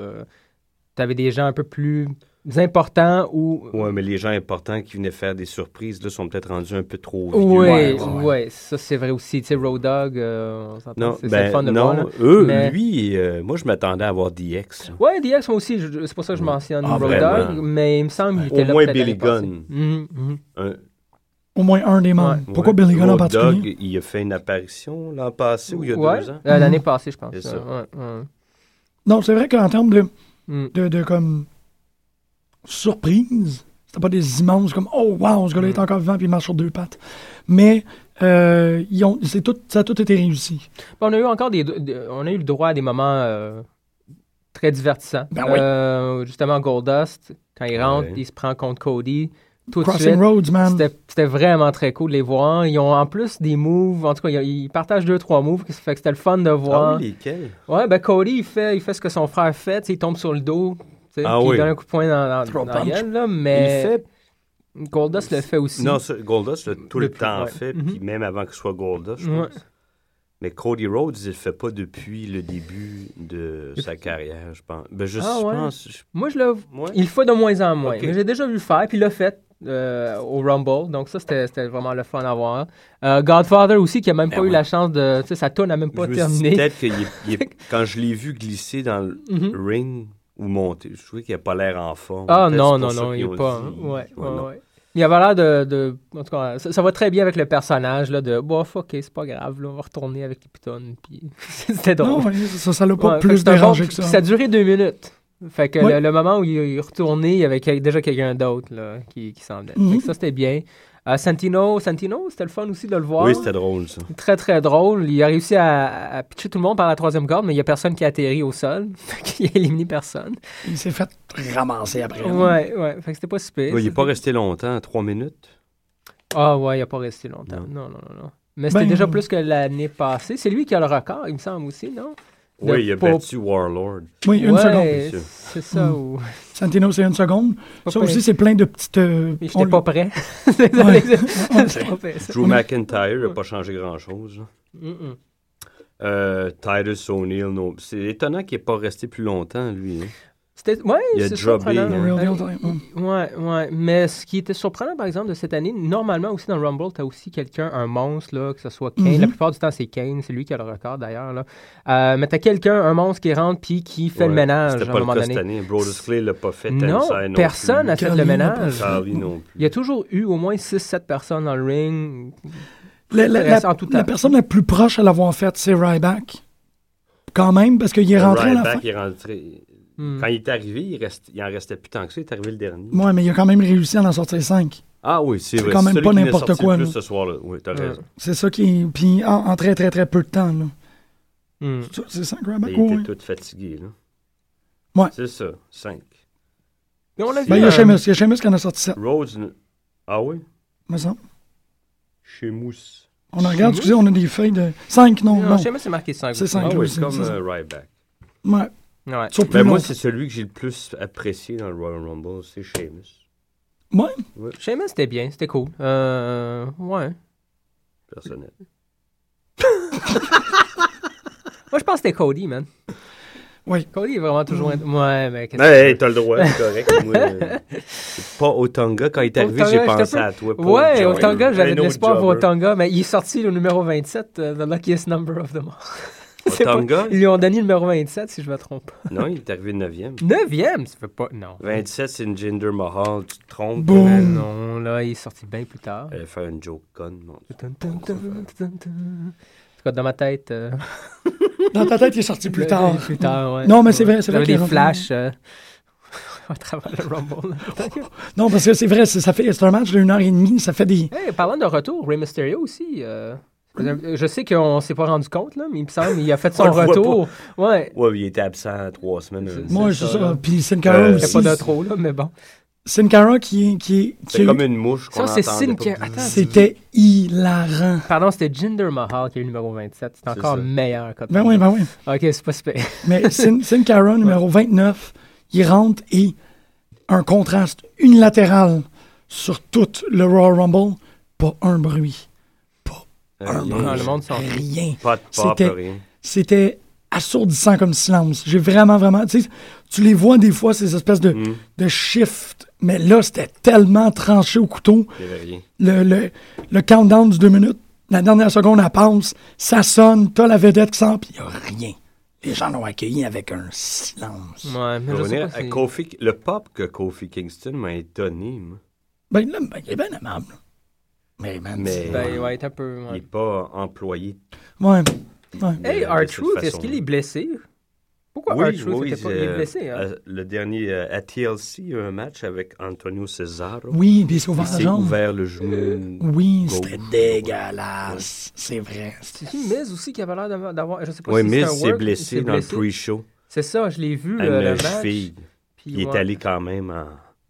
Speaker 7: tu avais des gens un peu plus importants ou
Speaker 8: Ouais, mais les gens importants qui venaient faire des surprises là, sont peut-être rendus un peu trop vieux.
Speaker 7: Ouais,
Speaker 6: ouais,
Speaker 7: ouais,
Speaker 6: ouais.
Speaker 7: ça c'est vrai aussi. Tu sais, Road Dogg, euh, on s'entend,
Speaker 8: Non,
Speaker 7: c'est c'est
Speaker 8: ben,
Speaker 7: le fun de
Speaker 8: non
Speaker 7: voir. là.
Speaker 8: eux,
Speaker 7: Mais-
Speaker 8: lui, euh, moi, je m'attendais à avoir DX. là.
Speaker 7: Ouais, DX, moi aussi, je- je- c'est pour ça que je mentionne
Speaker 6: Ah,
Speaker 7: Road
Speaker 8: vraiment? Ben,
Speaker 7: Dogg, mais il me semble qu'il
Speaker 8: Au
Speaker 7: était là
Speaker 8: moins
Speaker 7: peut-être
Speaker 8: Billy
Speaker 7: l'année passée.
Speaker 8: Gunn.
Speaker 7: Mhm, mhm.
Speaker 8: Un-
Speaker 6: Au moins un des membres.
Speaker 7: Ouais.
Speaker 6: Pourquoi
Speaker 8: ouais.
Speaker 6: Billy Gunn en
Speaker 8: Road
Speaker 6: particulier?
Speaker 8: Dogg, il a fait une apparition l'an passé ou il y a
Speaker 7: Ouais,
Speaker 8: deux ans.
Speaker 7: euh, l'année passée, je pense.
Speaker 8: C'est ça.
Speaker 7: Ouais, ouais.
Speaker 6: Non, c'est vrai qu'en termes de,
Speaker 7: Mm.
Speaker 6: de, de, comme surprise, c'était pas des immenses comme oh wow, ce gars-là
Speaker 7: Hmm.
Speaker 6: est encore vivant puis il marche sur deux pattes. Mais euh, ils ont, c'est tout, ça a tout été réussi.
Speaker 7: On a eu encore des, de- on a eu le droit à des moments euh, très divertissants.
Speaker 6: Ben oui.
Speaker 7: Euh, justement, Goldust, quand il rentre,
Speaker 8: Ouais.
Speaker 7: il se prend contre Cody. Tout de
Speaker 6: Crossing
Speaker 7: suite,
Speaker 6: Roads, man.
Speaker 7: c'était- c'était vraiment très cool de les voir. Ils ont en plus des moves, en tout cas, ils, ils partagent deux, trois moves, qui fait que c'était le fun de
Speaker 8: Ah
Speaker 7: voir.
Speaker 8: oui, lesquels?
Speaker 7: Ouais, ben Cody, il fait, il fait ce que son frère fait, tu sais, il tombe sur le dos, tu sais,
Speaker 8: Ah
Speaker 7: puis
Speaker 8: oui.
Speaker 7: il donne un coup de poing dans, dans,
Speaker 6: Throw
Speaker 7: dans la
Speaker 6: punch.
Speaker 7: gueule, là, mais
Speaker 8: Il fait...
Speaker 7: Goldust le fait aussi.
Speaker 8: Non, ça, Goldust l'a tout le,
Speaker 7: Depuis,
Speaker 8: temps
Speaker 7: ouais.
Speaker 8: fait,
Speaker 7: Mhm.
Speaker 8: puis même avant que ce soit Goldust, je
Speaker 7: Ouais.
Speaker 8: pense. Mais Cody Rhodes, il le fait pas depuis le début de sa carrière, je pense. Ben, je
Speaker 7: Ah ouais?
Speaker 8: pense... je-
Speaker 7: Moi, je le
Speaker 8: ouais.
Speaker 7: Il le fait de moins en moins.
Speaker 8: Ok.
Speaker 7: Mais j'ai déjà vu le faire, puis il l'a fait euh, au Rumble. Donc ça, c'était c'était vraiment le fun à voir. Euh, Godfather aussi, qui a même pas eu la chance de... Tu sais, sa tourne n'a même pas
Speaker 8: je me suis dit
Speaker 7: terminé.
Speaker 8: peut-être qu'il est- il
Speaker 7: (laughs)
Speaker 8: est- quand je l'ai vu glisser dans le ring ou monter, je trouvais qu'il n'a pas l'air en forme.
Speaker 7: Mm-hmm. Ah
Speaker 8: Peut-être
Speaker 7: non,
Speaker 8: c'est
Speaker 7: non,
Speaker 8: pour ça
Speaker 7: non,
Speaker 8: qu'ils
Speaker 7: il
Speaker 8: ont
Speaker 7: est pas... hein.
Speaker 8: dit-
Speaker 7: Ouais,
Speaker 8: Ouais,
Speaker 7: ouais,
Speaker 8: non.
Speaker 7: ouais. Il avait l'air de, de- En tout cas, ça, ça va très bien avec le personnage, là, de... Bof, OK, c'est pas grave, là, on va retourner avec les pitons, puis... (laughs) C'était drôle.
Speaker 6: Non, ouais, ça, ça l'a pas
Speaker 7: Ouais, fait que
Speaker 6: plus
Speaker 7: c'est un
Speaker 6: dérangé
Speaker 7: bon-
Speaker 6: que ça.
Speaker 7: puis Ça a duré deux minutes. Fait que
Speaker 6: Ouais.
Speaker 7: le, le moment où il il est retourné, il y avait quel- déjà quelqu'un d'autre là, qui, qui s'en venait. Fait que
Speaker 6: Mhm.
Speaker 7: ça, c'était bien. Euh, Santino, Santino, c'était le fun aussi de le voir.
Speaker 8: Oui, c'était drôle, ça.
Speaker 7: Très, très drôle. Il a réussi à, à pitcher tout le monde par la troisième corde, mais il n'y a personne qui a atterri au sol. (laughs) Fait qu'il a éliminé personne.
Speaker 6: Il s'est fait ramasser après.
Speaker 7: Ouais, ouais. Fait que c'était pas super.
Speaker 8: Ouais, il n'est pas resté longtemps, hein, trois minutes.
Speaker 7: Ah ouais, il n'a pas resté longtemps. Non, non, non. non. Mais c'était
Speaker 6: Ben-
Speaker 7: déjà plus que l'année passée. C'est lui qui a le record, il me semble aussi, non? De
Speaker 8: Oui, il a
Speaker 7: pas-
Speaker 8: battu Hmm. Warlord.
Speaker 6: Oui, une
Speaker 7: Ouais,
Speaker 6: seconde.
Speaker 7: C'est ça. ou-
Speaker 6: Santino, c'est une seconde.
Speaker 7: Pas
Speaker 6: Ça
Speaker 7: pire.
Speaker 6: aussi, c'est plein de petites. euh,
Speaker 7: Mais
Speaker 6: on
Speaker 7: j'étais
Speaker 6: le-
Speaker 7: pas (laughs) prêt.
Speaker 6: (laughs) Ouais.
Speaker 7: C'est pas pire, ça. Mm,
Speaker 8: Drew McIntyre n'a pas changé grand-chose. là. Euh, Titus O'Neill, non. C'est étonnant qu'il n'ait pas resté plus longtemps, lui. hein.
Speaker 7: C'était, ouais,
Speaker 8: Il a
Speaker 7: c'est
Speaker 8: jobé,
Speaker 7: surprenant.
Speaker 8: hein.
Speaker 6: Real
Speaker 7: Ouais,
Speaker 6: deal, ouais.
Speaker 7: ouais, ouais. Mais ce qui était surprenant, par exemple, de cette année, normalement aussi dans le Rumble, t'as aussi quelqu'un, un monstre, là, que ce soit Kane.
Speaker 6: Mhm.
Speaker 7: La plupart du temps, c'est Kane. C'est lui qui a le record, d'ailleurs. Là. Euh, mais t'as quelqu'un, un monstre qui rentre puis qui fait le
Speaker 8: Ouais.
Speaker 7: ménage
Speaker 8: C'était
Speaker 7: à
Speaker 8: pas
Speaker 7: un
Speaker 8: le
Speaker 7: moment
Speaker 8: cas cette
Speaker 7: donné.
Speaker 8: année. Brodus Clay l'a pas fait.
Speaker 7: Non,
Speaker 8: Tensai
Speaker 7: personne n'a
Speaker 8: plus.
Speaker 7: fait le
Speaker 6: Kali n'a pas
Speaker 7: ménage.
Speaker 8: Charlie non plus.
Speaker 7: Il y a toujours eu au moins 6-7 personnes dans le ring.
Speaker 6: La, la- la-
Speaker 7: En tout
Speaker 6: la
Speaker 7: temps.
Speaker 6: personne la plus proche à l'avoir faite, c'est Ryback. Quand même, parce qu'il est rentré à la fin.
Speaker 8: Ryback est rentré.
Speaker 7: Hmm.
Speaker 8: Quand il est arrivé, il, reste... il en restait plus tant que ça. Il est arrivé le dernier.
Speaker 6: Ouais, mais il a quand même réussi à en sortir cinq.
Speaker 8: Ah oui, c'est vrai.
Speaker 6: quand même
Speaker 8: celui
Speaker 6: pas
Speaker 8: qui en a
Speaker 6: n'importe
Speaker 8: sorti
Speaker 6: quoi,
Speaker 8: le
Speaker 6: là.
Speaker 8: plus ce soir-là. Oui, t'as
Speaker 7: Ouais.
Speaker 8: raison.
Speaker 6: C'est ça qui. Puis en, en très, très, très peu de temps. là.
Speaker 7: Hmm.
Speaker 6: Ça, C'est cinq
Speaker 8: Mais
Speaker 6: Ryback,
Speaker 8: Ils
Speaker 6: ouais.
Speaker 8: étaient tous fatigués. Là.
Speaker 6: Ouais.
Speaker 8: C'est ça, 5.
Speaker 7: Mais on l'a
Speaker 8: Ben,
Speaker 6: Ben,
Speaker 7: vu,
Speaker 6: il y a
Speaker 7: euh,
Speaker 6: Sheamus. Il y a Sheamus qui en a sorti sept,
Speaker 8: Rhodes. ne- Ah oui
Speaker 6: me semble.
Speaker 8: Chez Mousse.
Speaker 6: On en regarde, excusez, on a des feuilles de. Cinq, non,
Speaker 7: Hmm. Non,
Speaker 6: non.
Speaker 7: je sais pas si c'est marqué 5.
Speaker 6: C'est cinq,
Speaker 8: Ah
Speaker 6: oui,
Speaker 8: oui,
Speaker 6: c'est-
Speaker 8: comme
Speaker 6: c'est-
Speaker 8: euh, Ryback.
Speaker 6: Ouais.
Speaker 7: Ouais.
Speaker 6: Sur plus
Speaker 8: Ben, moi,
Speaker 6: longtemps.
Speaker 8: c'est celui que j'ai le plus apprécié dans le Royal Rumble, c'est Sheamus.
Speaker 6: Ouais.
Speaker 7: Sheamus, c'était bien, c'était cool. Euh, ouais.
Speaker 6: (laughs)
Speaker 8: Personnel.
Speaker 7: Moi, je pense que c'était Cody, man.
Speaker 6: Oui.
Speaker 7: Cody est vraiment toujours.
Speaker 6: Mm.
Speaker 7: int- Ouais, mais qu'est-ce que-
Speaker 8: Ben, Hey, hey, t'as le droit, c'est correct. Moi, euh, pas Otonga. Quand il est arrivé,
Speaker 7: Otunga,
Speaker 8: j'ai
Speaker 7: j'étais
Speaker 8: pensé
Speaker 7: un peu-
Speaker 8: à toi. pas
Speaker 7: Ouais,
Speaker 8: Joey.
Speaker 7: Otonga, j'avais
Speaker 8: Un
Speaker 7: de
Speaker 8: autre
Speaker 7: l'espoir pour
Speaker 6: (laughs)
Speaker 8: jobber.
Speaker 7: Otonga, mais il est sorti le numéro 27, euh, The Luckiest Number of the Month. C'est pas-
Speaker 8: Otunga?
Speaker 7: Ils lui ont donné le numéro 27, si je me trompe pas.
Speaker 8: Non, il est arrivé 9e.
Speaker 7: Neuvième, ça fait pas... Non.
Speaker 8: 27, c'est une Jinder Mahal. Tu te trompes.
Speaker 6: Boum.
Speaker 7: Mais non, là, il est sorti bien plus tard.
Speaker 8: Elle fait une joke conne. mon Dieu.
Speaker 7: Dun, dun, dun, dun, dun. En tout cas, dans ma tête... euh,
Speaker 6: Dans ta tête, il est sorti plus tard.
Speaker 7: Ben, (laughs) Plus tard, ouais.
Speaker 6: Non, mais c'est vrai, c'est
Speaker 7: J'avais
Speaker 6: vrai qu'il est
Speaker 7: des
Speaker 6: revenu.
Speaker 7: flashs euh, (laughs) à travers le Rumble.
Speaker 6: Non, parce que c'est vrai, c'est- ça fait, c'est un match d'une heure et demie, ça fait des.
Speaker 7: hey, parlant de retour, Rey Mysterio aussi... euh, Je sais qu'on s'est pas rendu compte, là, mais il me semble qu'il a fait
Speaker 8: On
Speaker 7: son
Speaker 8: le voit
Speaker 7: retour. Ouais,
Speaker 8: Ouais, il était absent trois semaines. euh,
Speaker 7: C'est-
Speaker 6: Moi, c'est
Speaker 7: ça,
Speaker 6: ça.
Speaker 7: là.
Speaker 6: Puis Sin Cara
Speaker 8: Euh,
Speaker 7: c'est
Speaker 6: aussi.
Speaker 7: pas d'intro, là, mais bon.
Speaker 6: Sin Cara qui, est- qui, est- qui
Speaker 8: C'est
Speaker 6: est-
Speaker 8: comme une mouche
Speaker 7: Ça,
Speaker 8: qu'on
Speaker 7: c'est
Speaker 8: entendait
Speaker 7: Sin
Speaker 8: pas.
Speaker 7: Cara. Attends.
Speaker 6: C'était hilarant.
Speaker 7: Pardon, c'était Jinder Mahal qui est le numéro 27. C'est encore
Speaker 8: ça.
Speaker 7: meilleur. que
Speaker 6: Ben oui, ben oui.
Speaker 7: Ok, c'est pas super.
Speaker 8: (laughs)
Speaker 6: Mais Sin, Sin Cara, numéro 29, il rentre et un contraste unilatéral sur tout le Royal Rumble. Pas un bruit.
Speaker 8: Euh, il y a
Speaker 7: Non, le monde s'en fout.
Speaker 6: Rien.
Speaker 8: Pas de pop,
Speaker 6: C'était-
Speaker 8: rien.
Speaker 6: C'était assourdissant comme silence. J'ai vraiment, vraiment... Tu sais, tu les vois des fois, ces espèces de,
Speaker 8: Mm.
Speaker 6: de shifts, mais là, c'était tellement tranché au couteau.
Speaker 8: Il y avait rien.
Speaker 6: le, le, le countdown du deux minutes, la dernière seconde, elle passe, ça sonne, t'as la vedette qui sort, puis il a rien. Les gens l'ont accueilli avec un silence.
Speaker 7: Ouais, mais
Speaker 8: Pour
Speaker 7: je sais
Speaker 8: revenir
Speaker 7: pas
Speaker 8: à
Speaker 7: si-
Speaker 8: Kofi, le pop que Kofi Kingston m'a étonné, moi.
Speaker 6: Ben, là, ben, il est bien aimable. là. Mais, man,
Speaker 8: Mais-
Speaker 6: c'est-
Speaker 7: Ben, il va être un peu.
Speaker 8: Il n'est
Speaker 7: ouais.
Speaker 8: pas employé.
Speaker 6: Ouais.
Speaker 8: de-
Speaker 7: Hey,
Speaker 8: de cette
Speaker 7: R-Truth, est-ce
Speaker 8: façon-là.
Speaker 7: qu'il est blessé? Pourquoi
Speaker 8: Oui,
Speaker 7: R-Truth
Speaker 8: oui,
Speaker 7: était pas... il est
Speaker 8: euh,
Speaker 7: blessé? Hein?
Speaker 8: à- le dernier euh, à TLC, un match avec Antonio Cesaro.
Speaker 6: Oui, puis il s'est ouvert
Speaker 8: Il
Speaker 6: la
Speaker 8: s'est
Speaker 6: jambe.
Speaker 8: ouvert le genou.
Speaker 7: Euh,
Speaker 6: Oui, c'était
Speaker 8: Gauche.
Speaker 6: dégueulasse. C'est vrai.
Speaker 7: C'est qui Miz aussi qui avait l'air d'avoir- d'avoir. Je sais pas
Speaker 8: Oui,
Speaker 7: si
Speaker 8: Miz
Speaker 7: c'est un
Speaker 8: s'est
Speaker 7: work,
Speaker 8: blessé
Speaker 7: il
Speaker 8: dans le pre-show.
Speaker 7: C'est ça, je l'ai vu
Speaker 8: À
Speaker 7: le, le
Speaker 8: une
Speaker 7: match.
Speaker 8: cheville.
Speaker 7: puis
Speaker 8: Il est
Speaker 7: ouais.
Speaker 8: allé quand même en,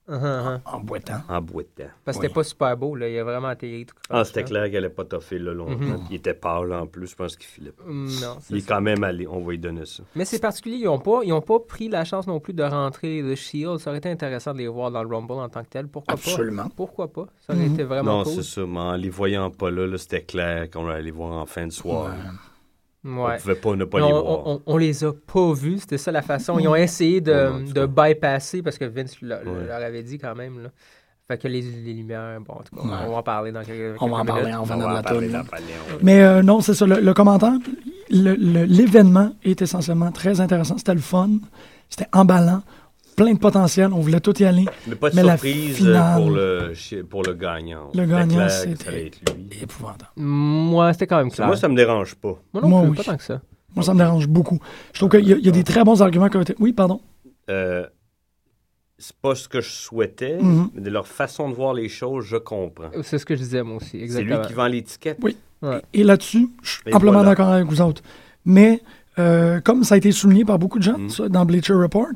Speaker 7: Ah, ah, ah.
Speaker 6: En boitant.
Speaker 8: en boitant.
Speaker 7: Parce que c'était pas super beau, là. Il a vraiment atterri tout
Speaker 8: Ah, c'était
Speaker 7: croche,
Speaker 8: clair qu'il n'allait pas toffer là longtemps. Il était pâle en plus, je pense qu'il filait.
Speaker 7: là. Hum, Non, c'est
Speaker 8: Il est
Speaker 7: ça.
Speaker 8: quand même allé, on va lui donner ça.
Speaker 7: Mais c'est particulier, ils n'ont pas, ils ont pas pris la chance non plus de rentrer The Shield. E Ça aurait été intéressant de les voir dans le Rumble en tant que tel. Pourquoi
Speaker 6: Absolument.
Speaker 7: pas? Pourquoi pas? Ça aurait été vraiment
Speaker 8: Mhm. Non,
Speaker 7: cool.
Speaker 8: c'est ça, mais en les voyant pas là, là, c'était clair qu'on allait les voir en fin de soirée. On
Speaker 7: Ouais.
Speaker 8: pouvait pas ne pas
Speaker 7: Mais
Speaker 8: les
Speaker 7: on,
Speaker 8: voir. Mhm.
Speaker 7: on- on- on les a pas vus, c'était ça la façon. Ils ont essayé de,
Speaker 8: Ouais, non, tu
Speaker 7: de bypasser parce que Vince le- le-
Speaker 8: Ouais.
Speaker 7: leur avait dit quand même. Là. Fait que les, les lumières, bon, en tout cas,
Speaker 6: Ouais.
Speaker 7: on va en parler dans quelques,
Speaker 6: On va en
Speaker 7: quelques
Speaker 6: parler
Speaker 7: minutes.
Speaker 6: en
Speaker 8: On
Speaker 6: venant
Speaker 8: va
Speaker 6: de
Speaker 8: en
Speaker 6: la
Speaker 8: parler,
Speaker 6: toune, là.
Speaker 8: on va en parler, on va-
Speaker 6: Mais euh, non, c'est ça, le, le commentaire, le- le- l'événement est essentiellement très intéressant. C'était le fun, c'était emballant, plein de potentiel, on voulait tout y aller.
Speaker 8: Mais pas de
Speaker 6: Mais la
Speaker 8: surprise
Speaker 6: finale-
Speaker 8: euh, pour le, chi- pour le gagnant.
Speaker 6: Le
Speaker 8: C'était
Speaker 6: gagnant,
Speaker 8: clair que
Speaker 6: c'était-
Speaker 8: ça allait être lui.
Speaker 6: Épouvantable.
Speaker 7: Moi, c'était quand même clair.
Speaker 8: Moi, ça me dérange pas.
Speaker 7: Moi non
Speaker 6: Moi,
Speaker 7: plus,
Speaker 6: oui.
Speaker 7: pas tant que ça.
Speaker 6: Moi, ça me dérange beaucoup. Je trouve qu'il y, a- il y a des très bons arguments qui ont été. Oui, pardon.
Speaker 8: Euh, c'est pas ce que je souhaitais,
Speaker 6: Mhm.
Speaker 8: mais de leur façon de voir les choses, je comprends.
Speaker 7: C'est ce que je disais, moi aussi,
Speaker 8: C'est lui
Speaker 7: exactement.
Speaker 8: qui vend l'étiquette.
Speaker 6: Oui.
Speaker 7: Ouais.
Speaker 6: Et là-dessus, je suis
Speaker 8: Et
Speaker 6: amplement
Speaker 8: voilà.
Speaker 6: d'accord avec vous autres. Mais euh, comme ça a été souligné par beaucoup de gens
Speaker 8: Mm.
Speaker 6: ça, dans Bleacher Report,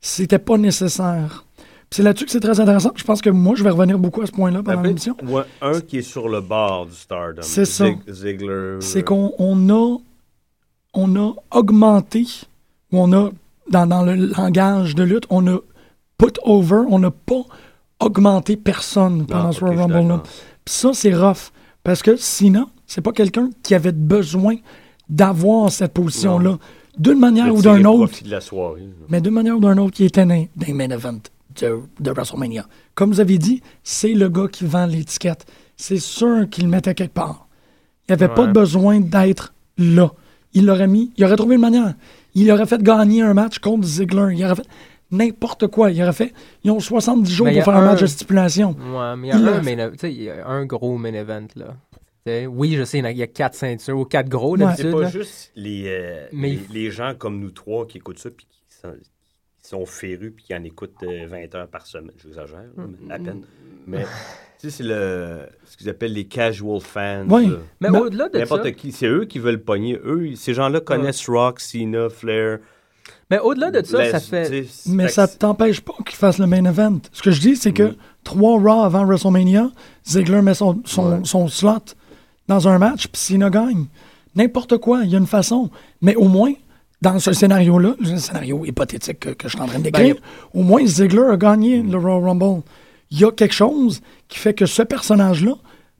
Speaker 6: c'était pas nécessaire. Puis C'est là-dessus que c'est très intéressant. Je pense que moi, je vais revenir beaucoup à ce point-là pendant
Speaker 8: Rappelez-
Speaker 6: l'émission.
Speaker 8: Ouais, un qui est sur le bord du Stardom. euh,
Speaker 6: C'est ça.
Speaker 8: Ziggler.
Speaker 6: c'est qu'on on a, on a augmenté, ou on a, dans, dans le langage de lutte, on a put over, on n'a pas augmenté personne pendant
Speaker 8: Non,
Speaker 6: ce
Speaker 8: ok,
Speaker 6: Royal
Speaker 8: je suis
Speaker 6: Rumble-là.
Speaker 8: d'accord.
Speaker 6: Puis ça, c'est rough, parce que sinon, c'est pas quelqu'un qui avait besoin d'avoir cette position-là, d'une manière ou d'un autre,
Speaker 8: de la soirée. là.
Speaker 6: mais d'une manière ou d'un autre qui était dans des main event de, de WrestleMania. Comme vous avez dit, c'est le gars qui vend l'étiquette. C'est sûr qu'il le mettait quelque part. Il n'y avait pas
Speaker 7: Ouais.
Speaker 6: besoin d'être là. Il l'aurait mis, il aurait trouvé une manière. Il aurait fait gagner un match contre Ziggler. Il aurait fait n'importe quoi. Il aurait fait. Ils ont 70 jours
Speaker 7: Mais il y
Speaker 6: pour
Speaker 7: a
Speaker 6: faire un match
Speaker 7: un-
Speaker 6: de stipulation.
Speaker 7: Ouais, mais il y a,
Speaker 6: Il
Speaker 7: un,
Speaker 6: a-
Speaker 7: main- tu sais, il y a un gros main event, là. Tu sais, oui, je sais, il y en a- il y a quatre ceintures ou quatre gros
Speaker 6: Ouais.
Speaker 7: d'habitude.
Speaker 8: C'est pas
Speaker 7: là.
Speaker 8: juste les, euh,
Speaker 7: Mais
Speaker 8: les,
Speaker 7: il-
Speaker 8: les gens comme nous trois qui écoutent ça puis qui sont, qui sont férus puis qui en écoutent euh, 20 heures par semaine. J'exagère, là,
Speaker 6: Mm.
Speaker 8: mais à peine. Mais tu sais, c'est le, ce qu'ils appellent les casual fans.
Speaker 6: Oui.
Speaker 8: là.
Speaker 7: Mais
Speaker 6: Non,
Speaker 7: au-delà de ça,
Speaker 8: N'importe qui. C'est eux qui veulent pogner. Eux, ces gens-là connaissent Rock, Cena, Flair.
Speaker 7: mais au-delà de ça,
Speaker 8: Les-
Speaker 7: ça fait.
Speaker 8: tu sais,
Speaker 6: Mais
Speaker 8: fait
Speaker 6: ça
Speaker 8: que
Speaker 6: t'empêche pas qu'il fasse le main event. Ce que je dis, c'est que trois Raw avant WrestleMania, Ziggler met son, son, son slot dans un match, puis Cena gagne. N'importe quoi, il y a une façon. Mais au moins, dans ce scénario-là, c'est un scénario hypothétique que, que je suis en train de décrire,
Speaker 7: Ben,
Speaker 6: au moins Ziggler a gagné le Royal Rumble. Il y a quelque chose qui fait que ce personnage-là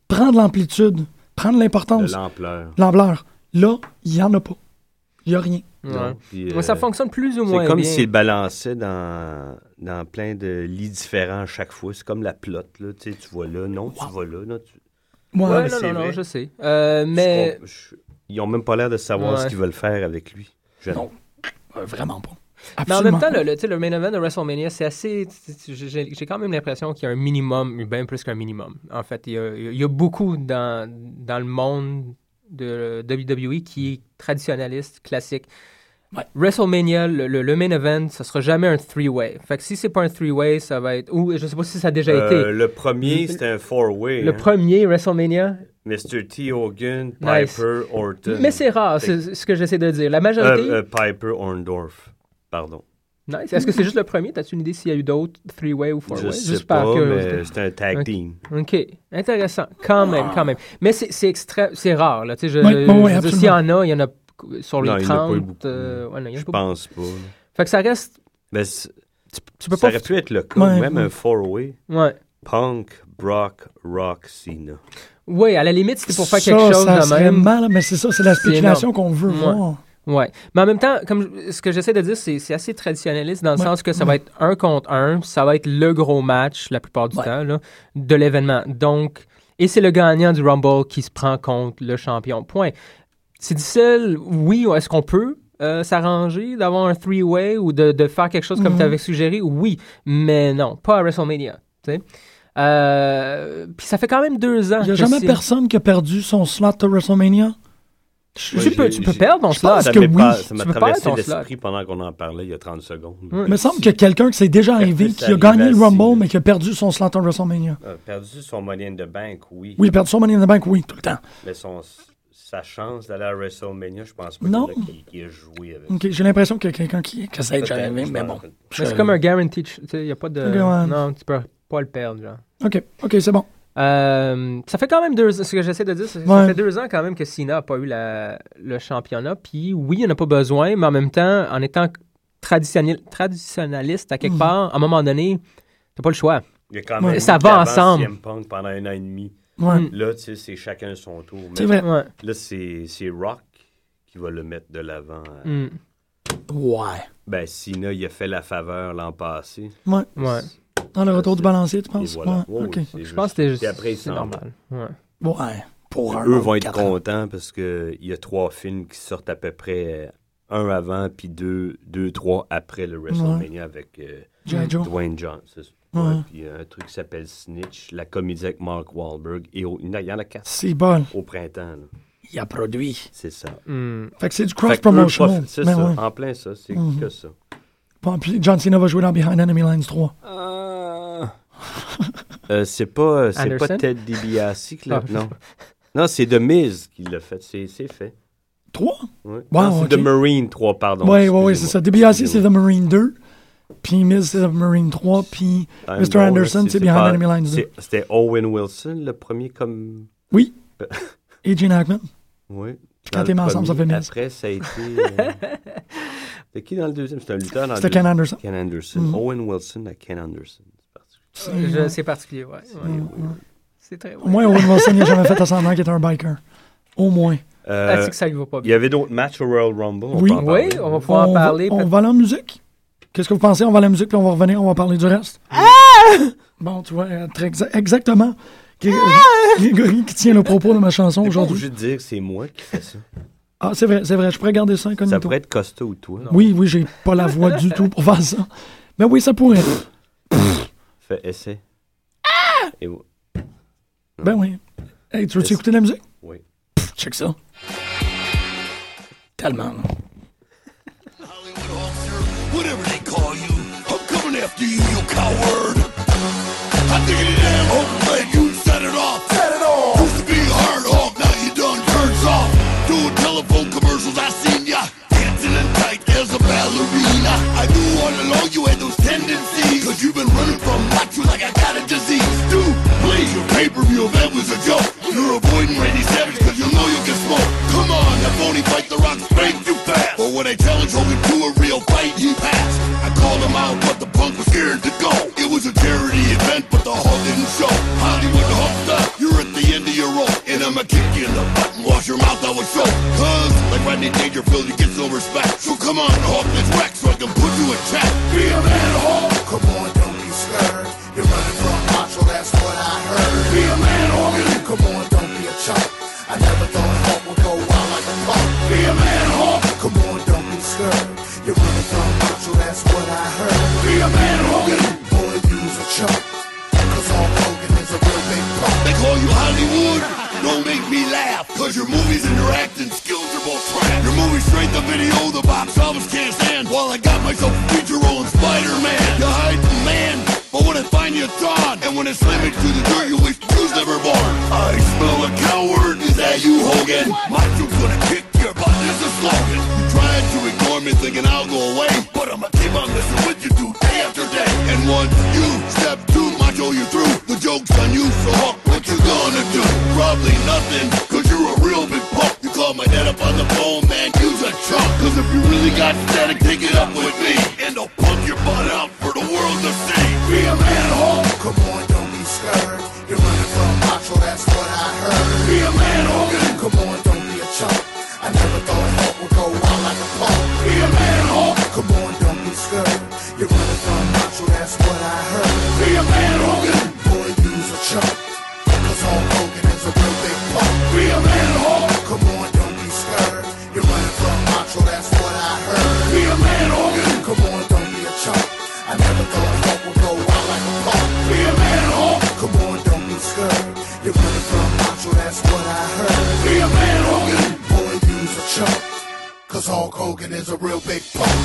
Speaker 6: prend de l'amplitude, prend de
Speaker 8: c'est
Speaker 6: l'importance,
Speaker 8: De l'ampleur.
Speaker 6: l'ampleur. Là, il n'y en a pas. Il n'y a rien.
Speaker 8: non?
Speaker 7: Ouais.
Speaker 8: Puis,
Speaker 7: Ouais, ça
Speaker 8: euh,
Speaker 7: fonctionne plus ou moins
Speaker 8: C'est comme
Speaker 7: bien.
Speaker 8: s'il balançait dans, dans plein de lits différents à chaque fois. C'est comme la plotte, là. Tu sais, tu vois là, non, tu vois là, non, tu...
Speaker 6: Moi,
Speaker 7: Ouais,
Speaker 8: mais
Speaker 7: non,
Speaker 8: c'est
Speaker 7: non, non,
Speaker 8: vrai.
Speaker 7: je sais. Euh, mais
Speaker 8: je comprends- je- Ils ont même pas l'air de savoir
Speaker 7: Ouais.
Speaker 8: ce qu'ils veulent faire avec lui. Je-
Speaker 6: Non. euh, vraiment pas.
Speaker 7: Mais en
Speaker 6: Absolument
Speaker 7: même temps,
Speaker 6: pas.
Speaker 7: le, le- tu sais, le main event de WrestleMania, c'est assez. c'est- c'est- J'ai j'ai quand même l'impression qu'il y a un minimum, bien plus qu'un minimum. En fait, il y a, il y a beaucoup dans, dans le monde de WWE qui est traditionnaliste, classique.
Speaker 6: Ouais.
Speaker 7: WrestleMania, le, le- le main event, ce sera jamais un three-way. Fait que si c'est pas un three-way, ça va être. Ou je sais pas si ça a déjà
Speaker 8: Euh,
Speaker 7: été.
Speaker 8: le premier, c'était un four-way.
Speaker 7: Le
Speaker 8: hein.
Speaker 7: premier WrestleMania.
Speaker 8: Mr. T. Hogan, Piper,
Speaker 7: Nice.
Speaker 8: Orton.
Speaker 7: Mais c'est rare, c'est c'est ce que j'essaie de dire. La majorité.
Speaker 8: Euh, euh, Piper, Orndorff. Pardon.
Speaker 7: Nice. Est-ce que c'est juste le premier? T'as-tu une idée s'il y a eu d'autres three-way ou
Speaker 8: je
Speaker 7: four-way?
Speaker 8: sais
Speaker 7: Juste
Speaker 8: pas,
Speaker 7: par curiosité.
Speaker 8: mais c'était un tag
Speaker 7: Ok.
Speaker 8: team.
Speaker 7: OK. Intéressant. Quand même, quand même. Mais c'est c'est extra... c'est rare. Là. Tu sais, Je,
Speaker 6: Oui, oui, oui,
Speaker 7: je veux dire,
Speaker 6: absolument.
Speaker 7: S'il y en a, il y en a p- sur les
Speaker 8: Non, il n'y en a pas eu
Speaker 7: 30.
Speaker 8: beaucoup.
Speaker 7: euh, ouais, non, il y en a
Speaker 8: Je
Speaker 7: pas beaucoup.
Speaker 8: pense pas.
Speaker 7: Fait que ça reste...
Speaker 8: Mais c-
Speaker 7: Tu, tu peux
Speaker 8: ça
Speaker 7: pas...
Speaker 8: aurait pu être le cas,
Speaker 6: Ouais,
Speaker 8: même
Speaker 6: ouais.
Speaker 8: un four-way.
Speaker 7: Ouais.
Speaker 8: Punk, Brock, Rock, Cena.
Speaker 7: Oui, à la limite, c'était pour faire
Speaker 6: Ça,
Speaker 7: quelque chose
Speaker 6: ça
Speaker 7: de
Speaker 6: serait
Speaker 7: même.
Speaker 6: mal, mais c'est ça, c'est la
Speaker 7: C'est
Speaker 6: spéculation qu'on veut
Speaker 7: Ouais.
Speaker 6: voir.
Speaker 7: Ouais. Mais en même temps, comme je- ce que j'essaie de dire, c'est c'est assez traditionnaliste dans le
Speaker 6: Ouais,
Speaker 7: sens que ça va être un contre un, ça va être le gros match la plupart du
Speaker 6: Ouais.
Speaker 7: temps là, de l'événement. Donc, et c'est le gagnant du Rumble qui se prend contre le champion. Point. C'est difficile, oui, est-ce qu'on peut euh, s'arranger d'avoir un three-way ou de, de faire quelque chose comme
Speaker 6: Mhm.
Speaker 7: tu avais suggéré? Oui, mais non, pas à WrestleMania. tu sais. Euh, Puis ça fait quand même deux ans.
Speaker 6: Il n'y a
Speaker 7: que
Speaker 6: jamais
Speaker 7: c'est-
Speaker 6: personne qui a perdu son slot à WrestleMania.
Speaker 7: Tu,
Speaker 8: Ouais,
Speaker 7: tu
Speaker 8: j'ai-
Speaker 7: peux, tu peux
Speaker 8: j'ai-
Speaker 7: perdre ton
Speaker 6: je pense
Speaker 7: slot.
Speaker 6: Parce
Speaker 8: Ah, Ça
Speaker 6: que
Speaker 8: m'est
Speaker 6: oui,
Speaker 8: pas- ça
Speaker 7: tu
Speaker 8: m'a
Speaker 7: peux pas
Speaker 8: traversé
Speaker 7: être en
Speaker 8: l'esprit pendant qu'on en parlait il y a 30 secondes.
Speaker 7: Ouais.
Speaker 6: Il me semble qu'il y a quelqu'un qui s'est déjà arrivé, qui a
Speaker 8: arrivé
Speaker 6: gagné
Speaker 8: à
Speaker 6: le
Speaker 8: six.
Speaker 6: Rumble, mais qui a perdu son slot à WrestleMania.
Speaker 8: Euh, perdu son money in the bank, oui.
Speaker 6: Oui, il a perdu son Money in the Bank, oui, tout le temps.
Speaker 8: Mais son, sa chance d'aller à WrestleMania, je pense pas
Speaker 6: Non.
Speaker 8: qu'il y en a qui- qui a joué avec.
Speaker 6: Ok, J'ai l'impression qu'il y a quelqu'un qui, que ça a déjà
Speaker 8: Peut-être,
Speaker 6: arrivé,
Speaker 8: je
Speaker 6: mais bon.
Speaker 8: pense.
Speaker 7: Mais c'est comme un guarantee. Tu sais, il y a pas de.
Speaker 6: Ok, ouais.
Speaker 7: Non, tu peux pas le perdre, genre.
Speaker 6: Ok, ok, c'est bon.
Speaker 7: Euh, ça fait quand même deux ans, ce que j'essaie de dire, c'est que
Speaker 6: Ouais.
Speaker 7: ça fait deux ans quand même que Sina n'a pas eu la- le championnat. Puis oui, il n'en a pas besoin, mais en même temps, en étant traditionnel- traditionnaliste à quelque
Speaker 6: Mhm.
Speaker 7: part, à un moment donné, t'as pas le choix.
Speaker 8: Il y a quand
Speaker 6: Ouais.
Speaker 8: même eu
Speaker 7: Ça va
Speaker 8: d'avance
Speaker 7: ensemble.
Speaker 8: CM Punk pendant un an et demi.
Speaker 6: Ouais.
Speaker 7: Mm.
Speaker 8: Là, tu sais, c'est chacun son tour.
Speaker 6: C'est
Speaker 8: Mais
Speaker 6: vrai.
Speaker 7: Ouais.
Speaker 8: là, c'est c'est Rock qui va le mettre de l'avant.
Speaker 7: Mm.
Speaker 6: Ouais.
Speaker 8: Ben, Sina, il a fait la faveur l'an passé.
Speaker 6: Ouais.
Speaker 7: Ouais.
Speaker 6: Dans le retour du balancier, tu
Speaker 8: Et
Speaker 6: penses?
Speaker 8: voilà.
Speaker 6: Ouais.
Speaker 8: Ouais,
Speaker 6: Ah, ok.
Speaker 8: ouais, c'est
Speaker 7: Je
Speaker 8: juste-
Speaker 7: pense que c'était juste.
Speaker 8: Puis après, il
Speaker 7: c'est
Speaker 8: s'en va.
Speaker 7: normal. Ouais.
Speaker 6: Ouais. Pour un.
Speaker 8: Eux
Speaker 6: an,
Speaker 8: vont être
Speaker 6: quatre ans.
Speaker 8: contents parce qu'il y a trois films qui sortent à peu près euh, un avant, puis deux, deux trois après le WrestleMania avec euh,
Speaker 6: G.I. Joe.
Speaker 8: Dwayne Johnson.
Speaker 6: Ouais.
Speaker 8: Puis euh, un truc qui s'appelle Snitch, la comédie avec Mark Wahlberg. Et au- il y en a- il y en a quatre
Speaker 6: C'est bon.
Speaker 8: au printemps. là.
Speaker 6: Il a produit.
Speaker 8: C'est ça.
Speaker 7: Mm.
Speaker 6: Fait que c'est du
Speaker 8: Fait que eux,
Speaker 6: cross-promotional.
Speaker 8: prof- C'est
Speaker 6: Mais
Speaker 8: ça,
Speaker 6: Ben ouais.
Speaker 8: en plein ça, c'est
Speaker 6: Mhm.
Speaker 8: que ça.
Speaker 6: Bon, puis John Cena va jouer dans Behind Enemy Lines 3.
Speaker 8: (laughs) Euh, c'est pas, euh, c'est
Speaker 7: Anderson?
Speaker 8: pas Ted DiBiase qui l'a
Speaker 7: Ah.
Speaker 8: non. Non, c'est The Miz qui l'a fait. C'est c'est fait.
Speaker 6: 3?
Speaker 8: Ouais.
Speaker 6: Wow,
Speaker 8: Non, Ah, c'est
Speaker 6: ok.
Speaker 8: The Marine 3, pardon.
Speaker 6: Ouais, ouais, ouais, c'est ça. DiBiase, c'est The
Speaker 8: Excusez-moi.
Speaker 6: Marine 2. Puis Miz, c'est The Marine 3. Puis
Speaker 8: Time
Speaker 6: Mr.
Speaker 8: Lord,
Speaker 6: Anderson, c'est Behind
Speaker 8: pas-
Speaker 6: Enemy Lines
Speaker 8: c'est-
Speaker 6: 2.
Speaker 8: C'était Owen Wilson, le premier comme.
Speaker 6: Et Gene Hackman.
Speaker 8: Oui.
Speaker 6: quand t'es ensemble, ça fait Miz.
Speaker 8: Après, ça
Speaker 6: (laughs)
Speaker 8: a été. euh, C'était qui dans le deuxième C'était un lutteur dans le
Speaker 6: C'était
Speaker 8: deuxième.
Speaker 6: Ken Anderson.
Speaker 8: Ken Anderson.
Speaker 6: Mhm.
Speaker 8: Owen Wilson à Ken Anderson. C'est parti.
Speaker 7: Je- C'est particulier, ouais. ouais. C'est très.
Speaker 6: Au moins, Owen Wilson, il a jamais fait ascendant qu'il était un biker. Au moins.
Speaker 8: Euh,
Speaker 7: Ah, c'est que ça lui va pas
Speaker 8: il y
Speaker 7: bien.
Speaker 8: avait d'autres matchs au Royal Rumble. on
Speaker 6: Oui.
Speaker 8: peut en
Speaker 7: Oui,
Speaker 8: parler.
Speaker 7: on va pouvoir en
Speaker 6: on
Speaker 7: parler.
Speaker 6: Va, on
Speaker 7: peut-
Speaker 6: va aller en musique. Qu'est-ce que vous pensez? On va aller en musique, puis on va revenir, on va parler du reste.
Speaker 7: Ah!
Speaker 6: Bon, tu vois, euh, très exa- exactement. Gré- Grégory qui tient le propos de ma chanson
Speaker 8: T'es pas
Speaker 6: aujourd'hui.
Speaker 8: obligé de dire que c'est moi qui fais ça.
Speaker 6: Ah, c'est vrai, c'est vrai. Je pourrais garder ça
Speaker 8: Ça
Speaker 6: incognito.
Speaker 8: pourrait être costaud, toi.
Speaker 6: Oui, oui, j'ai pas la voix du tout pour faire ça. Mais oui, ça pourrait.
Speaker 8: Fais essai.
Speaker 7: Ah!
Speaker 8: Et vo-
Speaker 6: Ben oui. Hey, tu veux-tu
Speaker 8: Yes.
Speaker 6: écouter de la musique?
Speaker 8: oui.
Speaker 6: Pff, Check ça. Tellement. là.
Speaker 3: Hollywood officer, whatever they call you, I'm coming after you, you coward. I think you damn hope man, you set it off. Set it off. Used to be hard hog, now you done turned soft. Doing telephone commercials, I seen ya. Dancing and tight as a ballerina. I knew all along you had those tendencies. Cause you've been running from macho like I got a disease. Dude, please, your pay-per-view event was a joke. You're avoiding Randy Savage cause you know you can smoke. Come on, that phony fight the rock spanked you fast. But when they challenged Hogan to a real fight, he passed. I called him out, but the punk was scared to go. It was a charity event, but the hall didn't show. Hollywood hooked up, you're at the end of your rope. And I'ma kick you in the butt and wash your mouth out with soap. Cause, like Rodney Dangerfield, you get no respect. So come on, hawk this rack so I can put you in check. Be a man, Hawk. Come on, don't be scared. You're running from a macho, that's what I heard. Be a man, Hawk. Come on, don't be a chump. I never thought a Hawk would go wild like a punk. Be a man, Hawk. Come on, don't be scared. You're running from a macho, that's what I heard. Be a man, Hawk. Boy, you's a chump. Cause all Hogan is a real big punk. They call you Hollywood? Don't make me laugh, cause your movies and your acting skills are both trash. Your movie straight to video, the box office can't stand. While I got myself a feature role in Spider-Man. You hide the man, but when I find you, it's on. And when I slam it to the dirt, you wish you was never born. I smell a coward, is that you, Hogan? My dude's gonna kick your butt, this is slogan. You tried to ignore me, thinking I'll go away. But I'ma keep on listening what you do day after day. And once you step to macho, you through. The joke's on you, so Hawk, what you gonna do? Probably nothing, cause you're a real big punk. You called my dad up on the phone, man, use a chunk. Cause if you really got static, take it up with me. And I'll punk your butt out for the world to see. Be a man, Hawk. Come on, don't be scared. You're running from macho, that's what I heard. Be a man, Hawk. Come on, don't be a chump. I never thought Hawk would go wild like a punk. Be a man, Hawk. Come on, don't be scared. You're running from macho, that's what I heard. Be a man, Hogan. Boy, you's a chump. Cause all Hogan is a real big punk. Be a man, Hawk. Come on, don't be scared. You're running from macho, that's what I heard. Be a man, Hogan. Come on, don't be a chump. I never thought Hawk would go wild like a punk. Be a man, Hawk. Come on, don't be scared. You're running from macho, that's what I heard. Be a man, Hogan. Boy, you's a chump. Cause Hulk Hogan is a real big punk.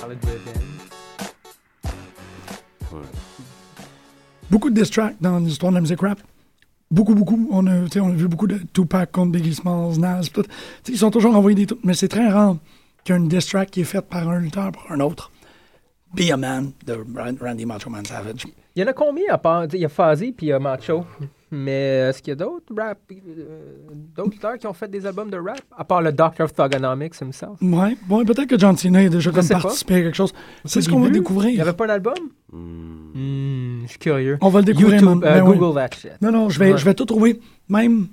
Speaker 7: Parler de revenge.
Speaker 6: Beaucoup de diss tracks dans l'histoire de la musique rap. Beaucoup, beaucoup. On a, tu sais, on a vu beaucoup de Tupac contre Biggie Smalls, Nas, tout. Tu sais, Ils sont toujours envoyés des trucs, mais c'est très rare qu'il y ait une diss track qui est faite par un lutteur pour un autre. Be a Man de Ran- Randy Macho Man Savage.
Speaker 7: Il y en a combien à part? Il y a Fazzy puis il y a Macho. Mais est-ce qu'il y a d'autres rap, euh, d'autres auteurs qui ont fait des albums de rap? À part le Doctor of Thugonomics himself.
Speaker 6: Ouais, bon, peut-être que John Cena a déjà comme
Speaker 7: sais pas.
Speaker 6: participé à quelque chose. C'est
Speaker 7: Au
Speaker 6: ce qu'on va
Speaker 7: début, Il n'y
Speaker 6: découvrir.
Speaker 7: avait pas d'album? Hmm, je suis curieux.
Speaker 6: On va le découvrir,
Speaker 7: YouTube,
Speaker 6: man.
Speaker 7: euh,
Speaker 6: Ben oui.
Speaker 7: Google that shit.
Speaker 6: Non, non, je vais,
Speaker 7: Ouais.
Speaker 6: je vais tout trouver. Même,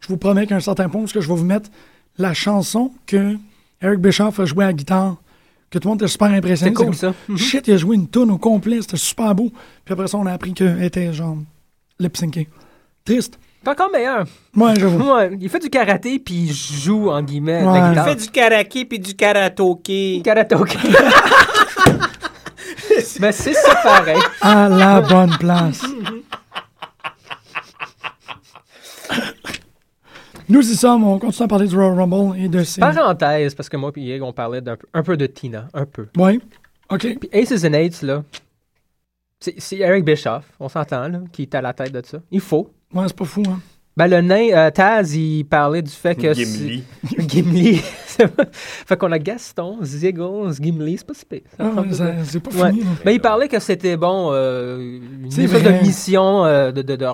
Speaker 6: je vous promets qu'à un certain point, parce que je vais vous mettre la chanson que Eric Bischoff a joué à la guitare, que tout le monde était super impressionné.
Speaker 7: C'est cool,
Speaker 6: comme,
Speaker 7: ça. Mhm.
Speaker 6: Shit, il a joué une tune au complet, c'était super beau. Puis après ça, on a appris qu'elle était genre lip syncée. Triste.
Speaker 7: T'es encore meilleur.
Speaker 6: Moi, je
Speaker 7: (laughs)
Speaker 6: vous.
Speaker 7: Ouais, il fait du karaté puis il joue en guillemets.
Speaker 6: Ouais.
Speaker 7: avec
Speaker 6: Il
Speaker 7: la
Speaker 2: Fais
Speaker 7: guitare.
Speaker 2: du karaké puis du karatoké.
Speaker 7: karaté. (laughs) Mais c'est ça pareil.
Speaker 6: (laughs) À la bonne place. Nous y sommes, on continue à parler du Royal Rumble et de ses.
Speaker 7: Parenthèse, parce que moi et Yeg, on parlait d'un peu- un peu de Tina. Un peu.
Speaker 6: Ouais. OK.
Speaker 7: Puis Aces and Eights, là, c'est c'est Eric Bischoff, on s'entend, là, qui est à la tête de ça. Il faut.
Speaker 6: Ouais, c'est pas fou, hein.
Speaker 7: Ben, le nain, euh, Taz, il parlait du fait que.
Speaker 8: Gimli.
Speaker 7: c'est- (laughs) Gimli. C'est vrai. fait qu'on a Gaston, Ziggles, Gimli, c'est pas si pire. Ça
Speaker 6: Ah,
Speaker 7: prend
Speaker 6: ouais,
Speaker 7: peu de-
Speaker 6: ça- c'est pas
Speaker 7: Ouais.
Speaker 6: fini. là.
Speaker 7: Mais il parlait que c'était bon, euh, une
Speaker 6: C'est
Speaker 7: espèce
Speaker 6: vrai.
Speaker 7: de mission euh, de, de, de,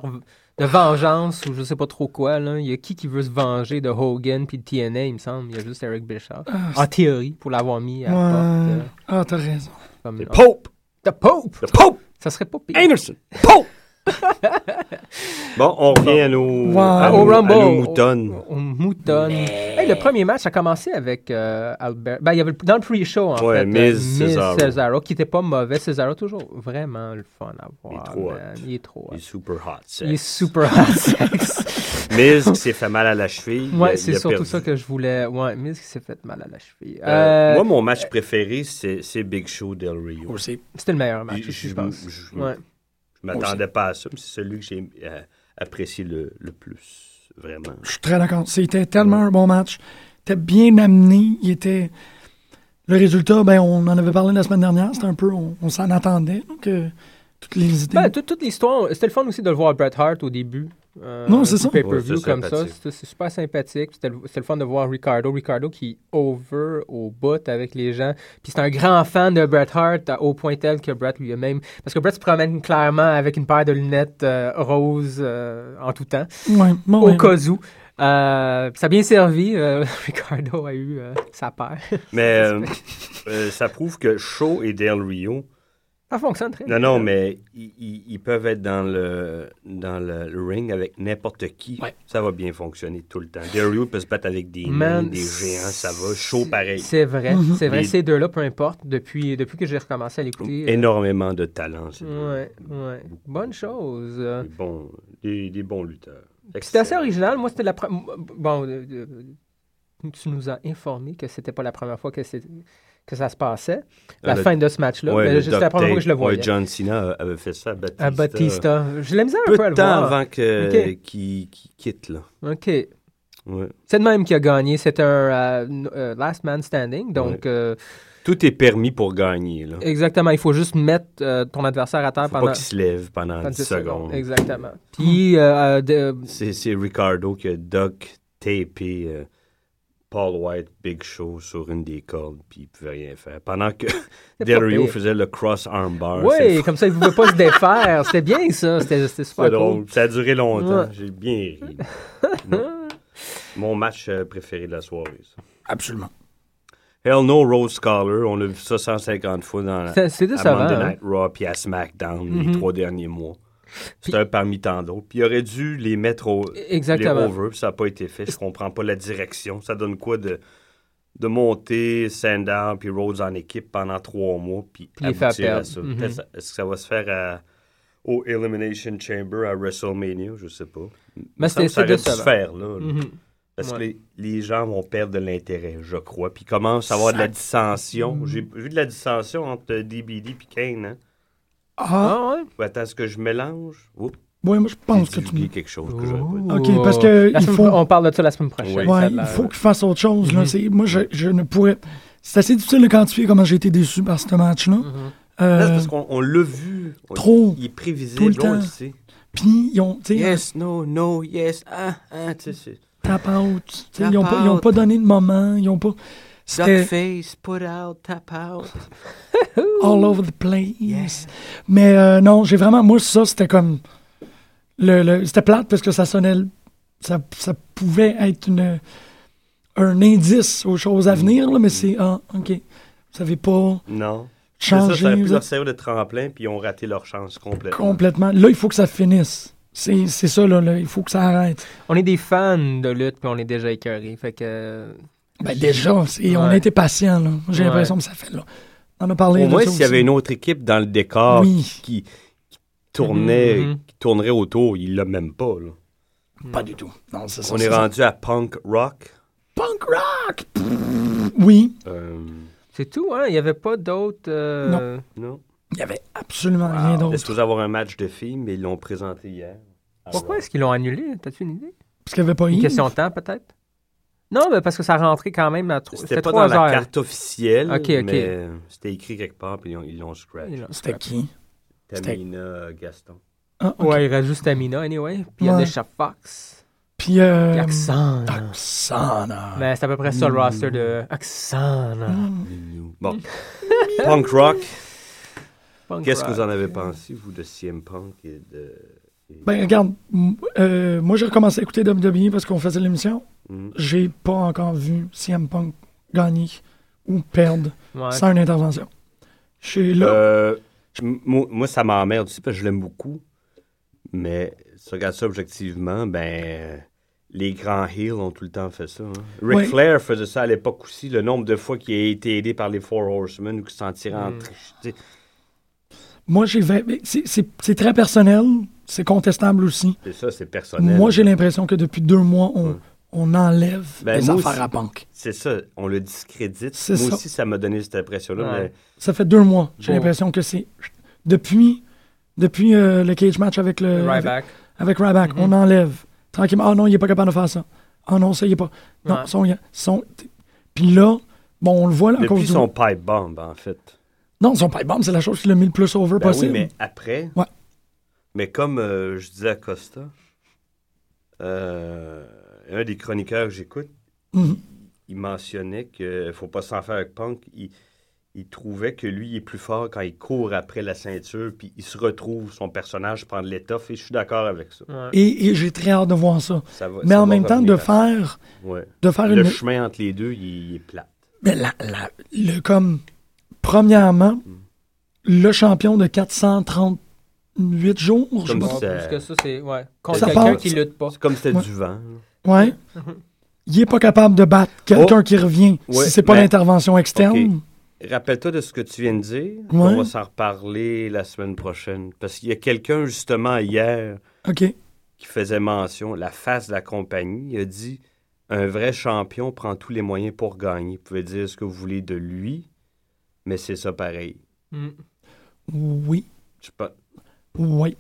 Speaker 7: de vengeance ou je sais pas trop quoi. Là. Il y a qui qui veut se venger de Hogan puis de TNA, il me semble. Il y a juste Eric Bischoff. en théorie, pour l'avoir mis à la
Speaker 6: Ah, Ouais.
Speaker 7: porte. euh,
Speaker 6: Ah, t'as raison.
Speaker 7: comme,
Speaker 8: Pope!
Speaker 7: The Pope!
Speaker 8: The Pope!
Speaker 7: Ça serait pas pire.
Speaker 8: Anderson! Pope! (laughs) bon, on revient à nos,
Speaker 6: Wow.
Speaker 8: à
Speaker 7: Au
Speaker 8: nos- à
Speaker 7: Rumble.
Speaker 8: nos moutons.
Speaker 7: On moutonne. Hey, le premier match a commencé avec euh, Albert. Ben, il y avait le- dans le pre-show, en
Speaker 8: Ouais,
Speaker 7: fait. euh,
Speaker 8: Miz, Cesaro.
Speaker 7: qui était pas mauvais. Cesaro, toujours vraiment le fun à voir.
Speaker 8: Il est trop
Speaker 7: man.
Speaker 8: hot.
Speaker 7: Il est trop hot.
Speaker 8: Il est super hot,
Speaker 7: Il est
Speaker 8: sex.
Speaker 7: super hot sex.
Speaker 8: (laughs) Miz qui s'est fait mal à la cheville. il a-
Speaker 7: ouais,
Speaker 8: il
Speaker 7: c'est
Speaker 8: a
Speaker 7: surtout
Speaker 8: perdu.
Speaker 7: ça que je voulais. Ouais, Miz qui s'est fait mal à la cheville. Euh,
Speaker 8: Euh, Moi, mon match préféré, c'est c'est Big Show Del Rio.
Speaker 6: Aussi.
Speaker 7: C'était le meilleur match,
Speaker 8: Je-
Speaker 7: je,
Speaker 8: je-
Speaker 7: pense.
Speaker 8: je-
Speaker 7: Ouais.
Speaker 8: Je m'attendais pas à ça, mais c'est celui que j'ai euh, apprécié le, le plus,
Speaker 7: (laughs)
Speaker 8: vraiment.
Speaker 6: Je suis très d'accord. C'était tellement un bon match. C'était bien amené. Il était. Le résultat, ben, on en avait parlé la semaine dernière. C'était un peu. On, on s'en attendait. Donc, euh, toutes les idées.
Speaker 7: Ben, toute, toute l'histoire, c'était le fun aussi de le voir Bret Hart au début. euh,
Speaker 6: Non, c'est
Speaker 7: du
Speaker 6: ça.
Speaker 7: Pay-per-view
Speaker 8: Ouais, c'était
Speaker 7: comme ça,
Speaker 8: sympathique.
Speaker 7: c'était c'est super sympathique. C'était le, c'était le fun de voir Ricardo. Ricardo qui over au bout avec les gens. Puis c'est un grand fan de Bret Hart à- au point tel que Bret lui a même. Parce que Bret se promène clairement avec une paire de lunettes euh, roses euh, en tout temps,
Speaker 6: Ouais, bon,
Speaker 7: au
Speaker 6: ouais.
Speaker 7: cas où. Euh, ça a bien servi. euh, (laughs) Ricardo a eu euh, sa paire. (laughs)
Speaker 8: Mais euh, euh, ça prouve que Shaw et Del Rio,
Speaker 7: Ça fonctionne très bien.
Speaker 8: non, non, mais ils- ils ils peuvent être dans le, dans le, le ring avec n'importe qui.
Speaker 6: Ouais.
Speaker 8: Ça va bien fonctionner tout le temps. Del Rio peut se battre avec des nains,
Speaker 7: Man,
Speaker 8: des géants, ça va.
Speaker 7: c'est-
Speaker 8: Shaw, pareil.
Speaker 7: C'est vrai, c'est vrai.
Speaker 8: Les-
Speaker 7: Ces deux-là, peu importe, depuis, depuis que j'ai recommencé à l'écouter. euh,
Speaker 8: Énormément de talent. c'est
Speaker 7: Ouais, ouais. Bonne chose. euh.
Speaker 8: Des bons, des, des bons lutteurs.
Speaker 7: Puis C'était assez original. Moi, c'était la pre- Bon, euh, euh, tu nous as informé que c'était pas la première fois que, c'est- que ça se passait. La
Speaker 8: Ah, le-
Speaker 7: fin de ce match-là.
Speaker 8: Ouais,
Speaker 7: mais
Speaker 8: le
Speaker 7: juste la
Speaker 8: duct
Speaker 7: première fois
Speaker 8: tape.
Speaker 7: que je le
Speaker 8: Ouais,
Speaker 7: voyais.
Speaker 8: John Cena avait fait ça à Batista.
Speaker 7: à Batista. Je l'ai mis un
Speaker 8: Peu
Speaker 7: peu à
Speaker 8: de
Speaker 7: le
Speaker 8: temps
Speaker 7: voir.
Speaker 8: avant que- qu'il
Speaker 7: Ok.
Speaker 8: qu'il quitte, là.
Speaker 7: OK.
Speaker 8: Ouais.
Speaker 7: C'est le même qui a gagné. C'est un euh, n- euh, last man standing. Donc, euh,
Speaker 8: Tout est permis pour gagner, là.
Speaker 7: exactement, il faut juste mettre euh, ton adversaire à terre
Speaker 8: Faut
Speaker 7: pendant
Speaker 8: pas qu'il se lève pendant 10
Speaker 7: 10
Speaker 8: secondes.
Speaker 7: Exactement. Puis, euh, euh, de-
Speaker 8: C'est c'est Ricardo qui a duct tapé euh, Paul White Big Show sur une des cordes, puis il pouvait rien faire. Pendant
Speaker 7: (laughs)
Speaker 8: que Del
Speaker 7: pas
Speaker 8: Rio
Speaker 7: pire.
Speaker 8: faisait le cross armbar.
Speaker 7: ouais,
Speaker 8: c'est
Speaker 7: comme ça, il ne pouvait pas se défaire. C'était bien, ça. C'était c'était
Speaker 8: c'est
Speaker 7: super cool.
Speaker 8: drôle. Ça a duré longtemps.
Speaker 7: Ouais.
Speaker 8: J'ai bien
Speaker 7: (laughs)
Speaker 8: ri. Mon- Mon match euh, préféré de la soirée, ça.
Speaker 6: Absolument.
Speaker 8: Hell No Rose Scholar, on a vu ça 150 fois dans la,
Speaker 7: C'est- c'est
Speaker 8: à
Speaker 7: décevant,
Speaker 8: Monday
Speaker 7: hein.
Speaker 8: Night Raw puis à SmackDown les
Speaker 7: Mhm.
Speaker 8: trois derniers mois. C'est
Speaker 7: Puis-
Speaker 8: un parmi tant d'autres. Puis il aurait dû les mettre au,
Speaker 7: Exactement.
Speaker 8: les over, puis ça n'a pas été fait. Je comprends pas la direction. Ça donne quoi de, de monter Sandown puis Rhodes en équipe pendant trois mois puis,
Speaker 7: Puis les faire
Speaker 8: aboutir à
Speaker 7: perdre.
Speaker 8: ça?
Speaker 7: Mhm.
Speaker 8: Peut-être ça- Est-ce que ça va se faire à- au Elimination Chamber à WrestleMania? Je sais pas.
Speaker 7: Mais
Speaker 8: Ça,
Speaker 7: c'était
Speaker 8: ça
Speaker 7: c'était
Speaker 8: aurait dû se
Speaker 7: décevant.
Speaker 8: faire, là.
Speaker 7: Mhm.
Speaker 8: Parce
Speaker 7: Ouais.
Speaker 8: que les, les gens vont perdre de l'intérêt, je crois. Puis commence à avoir de la dissension. J'ai vu de la dissension entre DBD et Kane. Hein?
Speaker 6: Ah,
Speaker 7: Ah ouais?
Speaker 8: Ou attends, est-ce que je mélange? Oups,
Speaker 6: ouais, moi, je
Speaker 8: j'ai
Speaker 6: pense que tu. Oh.
Speaker 8: divulgué quelque chose que j'aurais pas dit.
Speaker 6: Ok, parce que
Speaker 7: La
Speaker 6: il
Speaker 7: semaine-
Speaker 6: faut-
Speaker 7: On parle de ça la semaine prochaine.
Speaker 6: Ouais,
Speaker 7: Ça a
Speaker 6: il
Speaker 7: l'air-
Speaker 6: faut qu'il fasse autre chose. là.
Speaker 7: Mhm.
Speaker 6: C'est- Moi, je, je ne pourrais. C'est assez difficile de quantifier comment j'ai été déçu par ce match-là.
Speaker 7: Mm-hmm.
Speaker 6: Euh,
Speaker 8: Là, c'est parce qu'on on l'a vu. On-
Speaker 6: trop.
Speaker 8: Il est
Speaker 6: Tout
Speaker 8: prévisible,
Speaker 6: le
Speaker 8: là, on le
Speaker 6: temps.
Speaker 8: sait.
Speaker 6: Puis, ils ont. tu sais,
Speaker 8: Yes, no, no, yes, ah, ah, tu sais, c'est...
Speaker 6: Tap out. Tu sais,
Speaker 2: Tap
Speaker 6: ils n'ont pas, ils ont
Speaker 2: out.
Speaker 6: pas donné de moment. Ils ont pas. C'était
Speaker 2: Duckface, put out, tap out.
Speaker 6: (laughs) all over the place. Mais euh, non, j'ai vraiment. Moi, ça, c'était comme. Le, le- c'était plate parce que ça sonnait. le- Ça, ça pouvait être une, un indice aux choses à
Speaker 2: Mm.
Speaker 6: venir, là, mais c'est. Ah, OK. Vous savez pas
Speaker 8: Non. C'est ça,
Speaker 6: changer.
Speaker 8: ça a pu
Speaker 6: vous
Speaker 8: leur
Speaker 6: êtes
Speaker 8: servir de tremplin, puis ils ont raté leur chance complètement.
Speaker 6: complètement. Là, il faut que ça finisse. C'est, c'est ça, là, là, Il faut que ça arrête.
Speaker 7: On est des fans de lutte, puis on est déjà écœurés. Fait que.
Speaker 6: Ben, déjà, c'est- on a
Speaker 7: Ouais.
Speaker 6: été patients, là. J'ai
Speaker 7: Ouais.
Speaker 6: l'impression que ça fait, là. On en a parlé.
Speaker 8: Au
Speaker 6: de
Speaker 8: moins,
Speaker 6: ça
Speaker 8: s'il y avait
Speaker 6: aussi.
Speaker 8: une autre équipe dans le décor
Speaker 6: Oui.
Speaker 8: qui, qui tournait,
Speaker 7: Mhm, mhm.
Speaker 8: qui tournerait autour, il l'a même pas, là.
Speaker 6: Pas du tout. Non, c'est ça,
Speaker 8: On
Speaker 6: c'est
Speaker 8: est
Speaker 6: ça.
Speaker 8: rendu à punk rock.
Speaker 6: Punk rock! Pfff. Oui,
Speaker 8: Euh,
Speaker 7: C'est tout, hein? Il n'y avait pas d'autres. euh,
Speaker 8: non.
Speaker 6: il n'y avait absolument rien
Speaker 8: Wow.
Speaker 6: d'autre.
Speaker 8: Est-ce que vous avoir un match de filles, mais ils l'ont présenté hier?
Speaker 7: Pourquoi est-ce qu'ils l'ont annulé? T'as-tu une idée?
Speaker 6: Parce qu'il n'y avait pas
Speaker 7: Une
Speaker 6: Yves.
Speaker 7: question de temps, peut-être? Non, mais parce que ça rentrait quand même à trois.
Speaker 8: C'était
Speaker 7: C'était
Speaker 8: pas dans
Speaker 7: trois
Speaker 8: la
Speaker 7: heures.
Speaker 8: carte officielle,
Speaker 7: Ok, ok.
Speaker 8: mais c'était écrit quelque part, puis ils l'ont- ils l'ont scratch.
Speaker 6: C'était qui? c'était-
Speaker 8: Tamina Gaston.
Speaker 6: Ah, ok.
Speaker 7: Ouais, il reste juste Tamina, anyway. Puis il y a
Speaker 6: Ouais.
Speaker 7: Alicia Fox.
Speaker 6: Puis. Euh,
Speaker 7: Puis Axana.
Speaker 6: Axana.
Speaker 7: Ben, c'est à peu près ça le roster de Axana.
Speaker 8: Ah.
Speaker 6: Hmm. (laughs)
Speaker 8: Bon. Punk rock.
Speaker 7: Punk
Speaker 8: Qu'est-ce que
Speaker 7: rock.
Speaker 8: vous en avez pensé, vous, de CM Punk et de.
Speaker 6: Ben, regarde, m- euh, moi, j'ai recommencé à écouter WWE parce qu'on faisait l'émission.
Speaker 8: Mhm.
Speaker 6: J'ai pas encore vu CM Punk gagner ou perdre
Speaker 7: Ouais.
Speaker 6: sans une intervention. Je suis là.
Speaker 8: Euh, m- moi, moi, ça m'emmerde aussi parce que je l'aime beaucoup. Mais si tu regardes ça objectivement, ben les grands heels ont tout le temps fait ça. hein. Ric
Speaker 6: Ouais.
Speaker 8: Flair faisait ça à l'époque aussi, le nombre de fois qu'il a été aidé par les Four Horsemen ou qu'il s'en tirait
Speaker 6: Hmm.
Speaker 8: en triche. tu sais.
Speaker 6: Moi, j'ai. vingt- mais c'est- C'est c'est très personnel. C'est contestable aussi.
Speaker 8: C'est ça, c'est personnel.
Speaker 6: Moi, j'ai l'impression que depuis deux mois, on, on enlève
Speaker 8: Ben,
Speaker 6: les
Speaker 8: moi
Speaker 6: affaires
Speaker 8: aussi.
Speaker 6: à Punk.
Speaker 8: C'est ça, on le discrédite.
Speaker 6: C'est
Speaker 8: Moi
Speaker 6: ça.
Speaker 8: aussi, ça m'a donné cette impression-là.
Speaker 7: Ouais.
Speaker 8: mais
Speaker 6: Ça fait deux mois. J'ai
Speaker 7: Bon.
Speaker 6: l'impression que c'est. Depuis, depuis euh, le cage match avec le.
Speaker 7: Ryback. Mm-hmm.
Speaker 6: avec- Avec Ryback, on enlève. Tranquillement. Ah non, il n'est pas capable de faire ça. Ah non, ça, il n'est pas. Non,
Speaker 7: Ouais.
Speaker 6: son, il- son- Puis là, bon, on le voit là, à cause
Speaker 8: Depuis
Speaker 6: du-
Speaker 8: son pipe bomb, en fait.
Speaker 6: Non, son pipe bomb, c'est la chose qui l'a mis le plus over
Speaker 8: Ben oui,
Speaker 6: possible.
Speaker 8: mais après.
Speaker 6: Ouais.
Speaker 8: Mais comme euh, je disais à Costa, euh, un des chroniqueurs que j'écoute,
Speaker 6: Mhm.
Speaker 8: il mentionnait qu'il ne faut pas s'en faire avec Punk. Il, il trouvait que lui, il est plus fort quand il court après la ceinture, puis il se retrouve, son personnage prend de l'étoffe, et je suis d'accord avec ça.
Speaker 6: Et, et j'ai très hâte de voir ça.
Speaker 8: Ça va-
Speaker 6: Mais
Speaker 8: ça
Speaker 6: en
Speaker 8: va
Speaker 6: même temps,
Speaker 8: revenir
Speaker 6: de
Speaker 8: à-
Speaker 6: faire,
Speaker 8: Ouais.
Speaker 6: de faire
Speaker 8: Le
Speaker 6: une.
Speaker 8: chemin entre les deux, il, il est plat.
Speaker 6: Mais Ben, la- la- le, comme, premièrement, le champion de 438 jours, je sais
Speaker 8: Comme
Speaker 6: pas.
Speaker 8: ça.
Speaker 7: Plus que ça, c'est. Ouais. Contre
Speaker 6: Ça
Speaker 7: quelqu'un
Speaker 6: part-
Speaker 7: qui lutte pas.
Speaker 8: C'est comme si c'était
Speaker 6: Ouais.
Speaker 8: du vent. là. (laughs)
Speaker 6: Ouais. Il n'est pas capable de battre quelqu'un qui revient
Speaker 8: Oh. Ouais,
Speaker 6: si c'est pas
Speaker 8: mais-
Speaker 6: l'intervention externe.
Speaker 8: Rappelle-toi de ce que tu viens de dire.
Speaker 6: Ouais.
Speaker 8: On va s'en reparler la semaine prochaine. Parce qu'il y a quelqu'un, justement, hier,
Speaker 6: OK.
Speaker 8: qui faisait mention, la face de la compagnie. Il a dit Un vrai champion prend tous les moyens pour gagner. Vous pouvez dire ce que vous voulez de lui, mais c'est ça pareil.
Speaker 7: Mm.
Speaker 6: Oui.
Speaker 8: Je pe-
Speaker 6: Oui.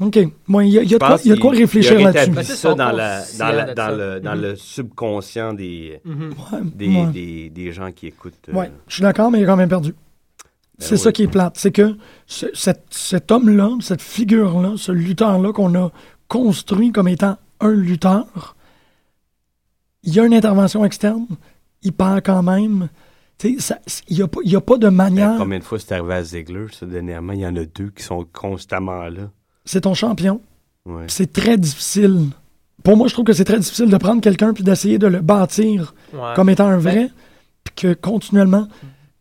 Speaker 6: OK. Moi, il y a, il y a de quoi-
Speaker 8: pense
Speaker 6: il y a de quoi
Speaker 8: qu'il-
Speaker 6: réfléchir
Speaker 8: il a
Speaker 6: là-dessus.
Speaker 8: rétabli
Speaker 7: Parce que
Speaker 8: ça
Speaker 7: son
Speaker 8: dans, la-
Speaker 7: conscient
Speaker 8: dans, la-
Speaker 7: de
Speaker 8: dans
Speaker 7: ça.
Speaker 8: le, dans
Speaker 7: Mhm.
Speaker 8: le subconscient des,
Speaker 7: Mhm.
Speaker 8: des,
Speaker 6: Ouais.
Speaker 8: des- des gens qui écoutent. euh, Ben
Speaker 6: Ouais, je suis d'accord, mais il a quand même perdu. c'est
Speaker 8: oui.
Speaker 6: ça qui est plate. C'est que ce- cet, cet homme-là, cette figure-là, ce lutteur-là qu'on a construit comme étant un lutteur, il y a une intervention externe, il perd quand même. Tu sais, ça- Il n'y a, pas- il y a pas de
Speaker 8: Ben,
Speaker 6: manière.
Speaker 8: Combien de fois c'est arrivé à Ziegler, ça, dernièrement? Il y en a deux qui sont constamment là.
Speaker 6: C'est ton champion.
Speaker 8: Ouais.
Speaker 6: C'est très difficile. Pour moi, je trouve que c'est très difficile de prendre quelqu'un puis d'essayer de le bâtir
Speaker 7: Ouais. Ben,
Speaker 6: comme étant un vrai, puis que continuellement,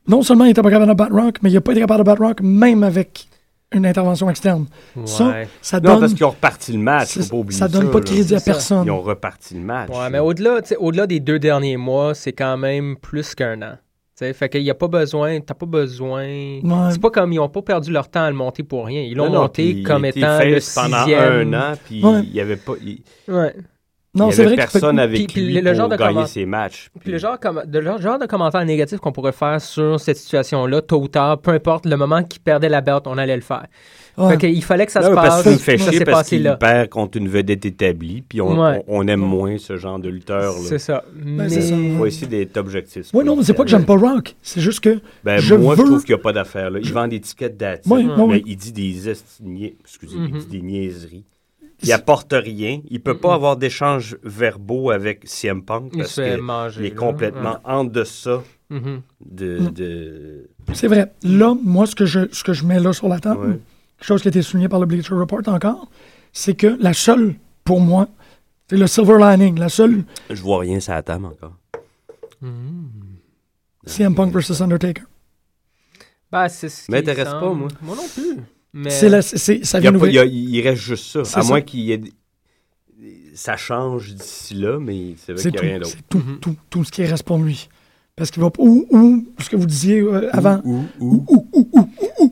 Speaker 6: non seulement il n'était pas capable de battre Rock, mais il n'a pas été capable de battre Rock même avec une intervention externe. Ça,
Speaker 7: Ouais.
Speaker 6: ça
Speaker 8: Non,
Speaker 6: donne,
Speaker 8: parce qu'ils ont reparti le match.
Speaker 6: ça,
Speaker 8: faut pas oublier
Speaker 6: ça donne pas de
Speaker 8: là.
Speaker 6: crédit à
Speaker 7: C'est ça.
Speaker 6: personne.
Speaker 8: Ils ont reparti le match.
Speaker 7: Ouais, mais au-delà, tu sais, au-delà des deux derniers mois, c'est quand même plus qu'un an. Tu sais, fait qu'il n'y a pas besoin, t'as pas besoin. C'est pas comme ils ont pas perdu leur temps à le monter pour rien. Ils l'ont
Speaker 8: Non, non,
Speaker 7: monté
Speaker 8: puis
Speaker 7: comme
Speaker 8: il était
Speaker 7: étant
Speaker 8: face
Speaker 7: le
Speaker 8: pendant
Speaker 7: sixième.
Speaker 8: un an, puis
Speaker 6: Ouais.
Speaker 8: il y avait pas, il,
Speaker 7: Ouais.
Speaker 8: il
Speaker 6: Non,
Speaker 8: y
Speaker 6: c'est
Speaker 8: avait
Speaker 6: vrai que
Speaker 8: personne avec
Speaker 7: puis- puis
Speaker 8: lui
Speaker 7: le
Speaker 8: pour
Speaker 7: genre de
Speaker 8: gagner
Speaker 7: comment-
Speaker 8: ses matchs.
Speaker 7: Puis le genre, comme- de- le genre de commentaire négatif qu'on pourrait faire sur cette situation-là, tôt ou tard, peu importe le moment qu'ils perdaient la belt, on allait le faire.
Speaker 6: Ouais.
Speaker 7: Fait qu'il fallait que ça
Speaker 8: Non,
Speaker 7: se
Speaker 8: mais parce
Speaker 7: passe.
Speaker 8: que ça me fait
Speaker 7: ça
Speaker 8: chier
Speaker 7: s'est
Speaker 8: parce
Speaker 7: passé
Speaker 8: qu'il
Speaker 7: là.
Speaker 8: perd contre une vedette établie, puis on,
Speaker 7: Ouais.
Speaker 8: on- on aime moins ce genre de lutteur.
Speaker 7: C'est ça. Mais...
Speaker 6: c'est ça.
Speaker 8: Il faut essayer d'être objectif.
Speaker 6: Ouais, non, mais c'est pas que j'aime pas Rock. C'est juste que
Speaker 8: Ben,
Speaker 6: Je
Speaker 8: moi,
Speaker 6: veux-
Speaker 8: je trouve qu'il n'y a pas d'affaire. là. Il vend des tickets d'athlète,
Speaker 6: Ouais, ouais,
Speaker 8: mais
Speaker 6: ouais.
Speaker 8: il dit des estigniers. Excusez, il
Speaker 7: Mhm.
Speaker 8: dit des niaiseries. Il apporte rien. Il peut pas avoir d'échanges verbaux avec CM Punk
Speaker 7: Il
Speaker 8: parce
Speaker 7: se fait
Speaker 8: qu'il
Speaker 7: manger.
Speaker 8: est
Speaker 7: là.
Speaker 8: complètement en deçà
Speaker 7: Ouais. Mhm.
Speaker 8: de.
Speaker 6: Mm.
Speaker 8: de-
Speaker 6: c'est vrai. Là, moi, ce que je, ce que je mets là sur la table,
Speaker 8: Ouais.
Speaker 6: quelque chose qui a été souligné par le Bleacher Report encore, c'est que la seule, pour moi, c'est le silver lining. La seule,
Speaker 8: Je vois rien sur la table encore.
Speaker 6: CM Punk versus Undertaker.
Speaker 7: Euh, Ben, c'est ce qui
Speaker 8: M'intéresse
Speaker 7: semble.
Speaker 8: pas, moi.
Speaker 7: Moi non plus. Mais...
Speaker 6: C'est la, c'est, ça
Speaker 8: Il, y a
Speaker 6: vient
Speaker 8: pas- il y
Speaker 6: d'ouvrir.
Speaker 8: a- il reste juste ça. À
Speaker 6: C'est ça.
Speaker 8: moins qu'il y ait. Ça change d'ici là, mais c'est vrai
Speaker 6: C'est
Speaker 8: qu'il n'y
Speaker 6: tout,
Speaker 8: a rien d'autre.
Speaker 6: c'est tout, tout, tout ce qui reste pour lui. Parce qu'il va pas- ou, ou ce que vous disiez euh, avant,
Speaker 8: Ou, ou,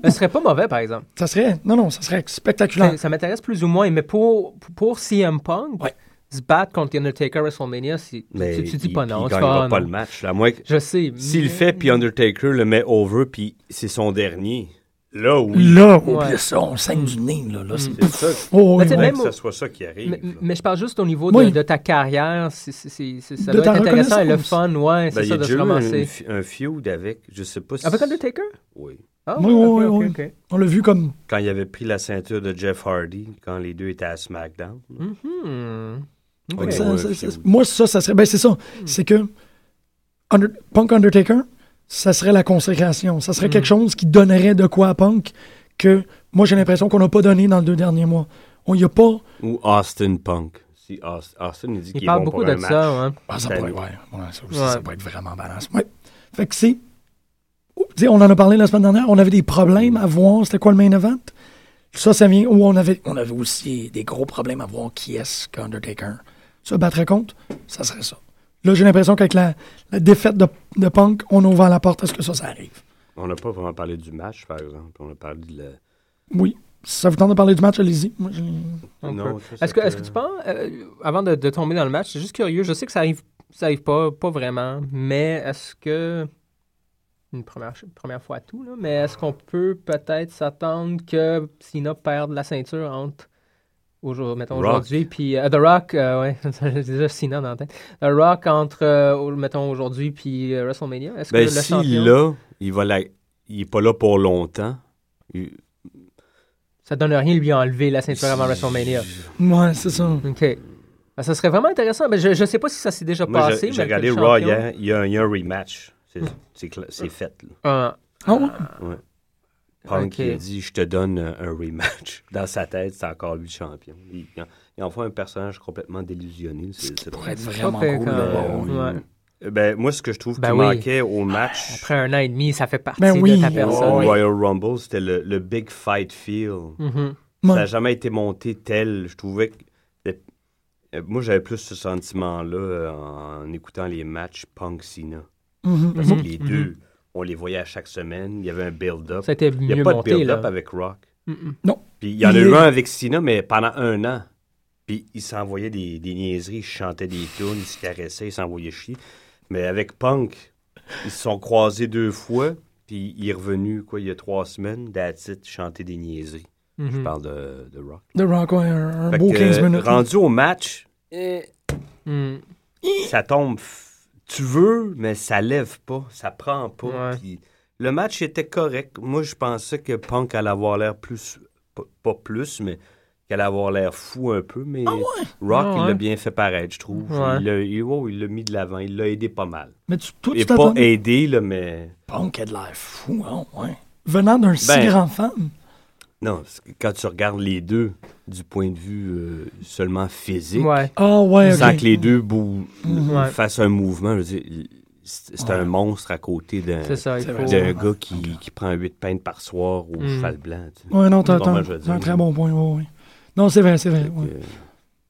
Speaker 7: Mais ce serait pas mauvais, par exemple.
Speaker 6: ça serait, non, non, ça serait spectaculaire.
Speaker 7: Ça, ça m'intéresse plus ou moins, mais pour, pour CM Punk,
Speaker 6: Ouais.
Speaker 7: se battre contre Undertaker à WrestleMania, c'est-
Speaker 8: Mais
Speaker 7: tu, tu dis
Speaker 8: il-
Speaker 7: pas non.
Speaker 8: Il
Speaker 7: tu fais,
Speaker 8: gagnera
Speaker 7: ah,
Speaker 8: pas
Speaker 7: non.
Speaker 8: le match. là, à moins que-
Speaker 7: Je sais.
Speaker 8: S'il le
Speaker 7: mais-
Speaker 8: fait, puis Undertaker le met over, puis c'est son dernier, là, oui.
Speaker 6: Là, oubliez
Speaker 7: Ouais.
Speaker 6: ça, on saigne du nez, là. là c'est-
Speaker 8: Mhm.
Speaker 7: (laughs)
Speaker 8: C'est ça.
Speaker 6: Oh, oui,
Speaker 7: Mais tu sais,
Speaker 6: oui.
Speaker 8: faudrait
Speaker 7: même
Speaker 8: que
Speaker 7: au-
Speaker 8: ce soit ça qui arrive.
Speaker 7: Mais,
Speaker 8: là.
Speaker 7: mais je parle juste au niveau
Speaker 6: Oui.
Speaker 7: de, de ta carrière. c'est- c'est- c'est- c'est- ça
Speaker 6: De
Speaker 7: doit
Speaker 6: ta
Speaker 7: être intéressant et le fun,
Speaker 6: reconnaissance.
Speaker 7: ouais,
Speaker 8: Ben,
Speaker 7: c'est
Speaker 8: il y
Speaker 7: ça,
Speaker 8: a
Speaker 7: de
Speaker 8: déjà
Speaker 7: se
Speaker 8: eu un,
Speaker 7: ramasser.
Speaker 8: une- un feud avec, je sais pas si.
Speaker 7: Avec Undertaker?
Speaker 8: Oui.
Speaker 7: Ah,
Speaker 6: Oui, oui,
Speaker 7: ok,
Speaker 6: oui,
Speaker 7: ok, ok.
Speaker 6: On l'a vu comme.
Speaker 8: Quand il avait pris la ceinture de Jeff Hardy, quand les deux étaient à SmackDown.
Speaker 7: Hmm.
Speaker 8: On
Speaker 6: ça-
Speaker 8: a eu un
Speaker 6: ça- ça-
Speaker 8: feud.
Speaker 6: moi, ça, ça serait. Ben, c'est ça. C'est que Under- Punk Undertaker, ça serait la consécration. Ça serait quelque chose qui donnerait de quoi à Punk que moi, j'ai l'impression qu'on n'a pas donné dans les deux derniers mois. On y a pas.
Speaker 8: Ou Austin Punk. Si Aust- Austin, il dit
Speaker 7: Il
Speaker 8: qu'il est
Speaker 7: parle
Speaker 8: bon
Speaker 7: beaucoup
Speaker 8: pour un
Speaker 7: de ça. hein.
Speaker 8: match.
Speaker 7: ouais.
Speaker 6: Ah, ça
Speaker 8: Cette
Speaker 6: pourrait,
Speaker 8: année.
Speaker 6: ouais, ouais, ça aussi,
Speaker 7: Ouais.
Speaker 6: ça pourrait être vraiment balance. Ouais. Fait que c'est. tu sais, on en a parlé la semaine dernière, on avait des problèmes à voir c'était quoi le main event. Ça, ça vient où on avait, on avait aussi des gros problèmes à voir qui est-ce qu'Undertaker se battrait contre. Ça serait ça. Là, j'ai l'impression qu'avec la, la défaite de, de Punk, on a ouvert la porte à ce que ça, ça arrive.
Speaker 8: On n'a pas vraiment parlé du match, par exemple. On a parlé de la.
Speaker 6: Oui. Si ça vous tente de parler du match, allez-y. Moi, j'ai-
Speaker 7: On
Speaker 8: Non,
Speaker 7: peut.
Speaker 8: ça, ça
Speaker 7: Est-ce que,
Speaker 8: peut-
Speaker 7: est-ce que tu penses, euh, avant de, de tomber dans le match, c'est juste curieux, je sais que ça arrive, ça arrive pas, pas vraiment, mais est-ce que, une première, ch- première fois à tout, là, mais est-ce qu'on peut peut-être s'attendre que Cena perde la ceinture entre, aujourd'hui, mettons
Speaker 8: Rock.
Speaker 7: aujourd'hui, puis euh, The Rock, euh, ouais, (laughs) j'ai déjà Cena dans la tête, The Rock entre, euh, au- mettons aujourd'hui, puis euh, WrestleMania, est-ce
Speaker 8: Ben,
Speaker 7: que le
Speaker 8: si
Speaker 7: champion,
Speaker 8: là, il va la- il est pas là pour longtemps. Il-
Speaker 7: ça donne rien lui enlever la ceinture avant WrestleMania?
Speaker 6: Ouais, c'est ça.
Speaker 7: OK. Ben, ça serait vraiment intéressant. Ben, je ne sais pas si ça s'est déjà
Speaker 8: Moi,
Speaker 7: passé.
Speaker 8: j'ai-
Speaker 7: mais
Speaker 8: j'ai regardé
Speaker 7: quel
Speaker 8: Raw
Speaker 7: champion-
Speaker 8: hier. Il y, a, un- il y a un rematch. C'est c'est cla- c'est fait. là.
Speaker 7: Ah,
Speaker 6: Ah ouais?
Speaker 8: Punk
Speaker 7: Ok.
Speaker 8: il a dit Je te donne euh, un, un rematch. (laughs) Dans sa tête, c'est encore lui le champion. Il, il en- il en fait un personnage complètement délusionné. C'est c'est
Speaker 9: Pour
Speaker 8: drôle.
Speaker 9: être vraiment
Speaker 7: pas pire
Speaker 9: cool.
Speaker 7: quand
Speaker 9: là.
Speaker 8: même.
Speaker 9: Bon,
Speaker 7: Ouais.
Speaker 9: oui.
Speaker 8: Euh, Ben, moi, ce que je trouve
Speaker 7: Ben
Speaker 8: qui
Speaker 7: oui.
Speaker 8: manquait au match
Speaker 7: Après un an et demi, ça fait partie
Speaker 6: Ben oui.
Speaker 7: de ta
Speaker 8: au
Speaker 7: personne.
Speaker 6: oui.
Speaker 8: Royal Rumble, c'était le, le big fight feel.
Speaker 7: Mhm.
Speaker 8: Ça
Speaker 6: Ouais.
Speaker 8: n'a jamais été monté tel. Je trouvais que. euh, Moi, j'avais plus ce sentiment-là euh, en écoutant les matchs Punk-Cena.
Speaker 6: Mhm.
Speaker 8: Parce
Speaker 7: Mhm.
Speaker 8: que les
Speaker 7: Mhm.
Speaker 8: deux, on les voyait à chaque semaine. Il y avait un build-up.
Speaker 7: Ça a été
Speaker 8: Il n'y
Speaker 7: mieux
Speaker 8: a pas de
Speaker 7: monté.
Speaker 8: build-up
Speaker 7: Là.
Speaker 8: avec Rock.
Speaker 7: Mm-mm.
Speaker 8: Puis il y en a
Speaker 6: Il
Speaker 8: eu
Speaker 6: est-
Speaker 8: un avec Sina, mais pendant un an. Puis il s'envoyait des, des niaiseries, il chantait des tunes, il se caressait, il s'envoyait chier. Mais avec Punk, ils se sont croisés deux fois, puis il est revenu, quoi, il y a trois semaines, d'attitude, chanter des niaiseries. Je
Speaker 7: Mhm.
Speaker 8: parle de, de Rock.
Speaker 6: The Rock, ouais, un, un
Speaker 8: Fait
Speaker 6: beau
Speaker 8: que,
Speaker 6: 15 minutes. là.
Speaker 8: Rendu au match,
Speaker 7: Mm.
Speaker 8: ça tombe. f- Tu veux, mais ça lève pas, ça prend pas.
Speaker 7: Ouais.
Speaker 8: puis le match était correct. Moi, je pensais que Punk allait avoir l'air plus, p- pas plus, mais qu'elle allait avoir l'air fou un peu. Mais Rock,
Speaker 7: Ah
Speaker 8: il
Speaker 7: ouais.
Speaker 8: l'a bien fait paraître, je trouve.
Speaker 7: Ouais.
Speaker 8: Il l'a il- oh, il l'a mis de l'avant, il l'a aidé pas mal.
Speaker 6: Mais tu, toi,
Speaker 8: Et
Speaker 6: tu
Speaker 8: pas
Speaker 6: t'attendais.
Speaker 8: aidé, là, mais.
Speaker 6: Punk a de l'air fou, hein, ouais. Venant d'un si
Speaker 8: Ben.
Speaker 6: grand fan.
Speaker 8: Non, c'est que quand tu regardes les deux du point de vue euh, seulement physique,
Speaker 7: Ouais.
Speaker 6: Ah ouais, ok.
Speaker 8: sans que les deux bou-
Speaker 7: Mm-hmm. Ouais.
Speaker 8: fassent un mouvement, je veux dire, il- c'est c'est un monstre à côté d'un.
Speaker 7: C'est ça. Il
Speaker 6: C'est
Speaker 7: faut...
Speaker 6: vrai.
Speaker 8: Il y a un gars qui, qui prend 8 peintes par soir au
Speaker 7: Mm.
Speaker 8: cheval blanc. tu sais.
Speaker 6: Ouais, non, t'as
Speaker 8: Normal,
Speaker 6: t'as-
Speaker 8: je veux dire.
Speaker 6: t'as un très bon point, ouais, ouais. Non, c'est vrai, c'est vrai.
Speaker 8: Fait que,
Speaker 6: ouais.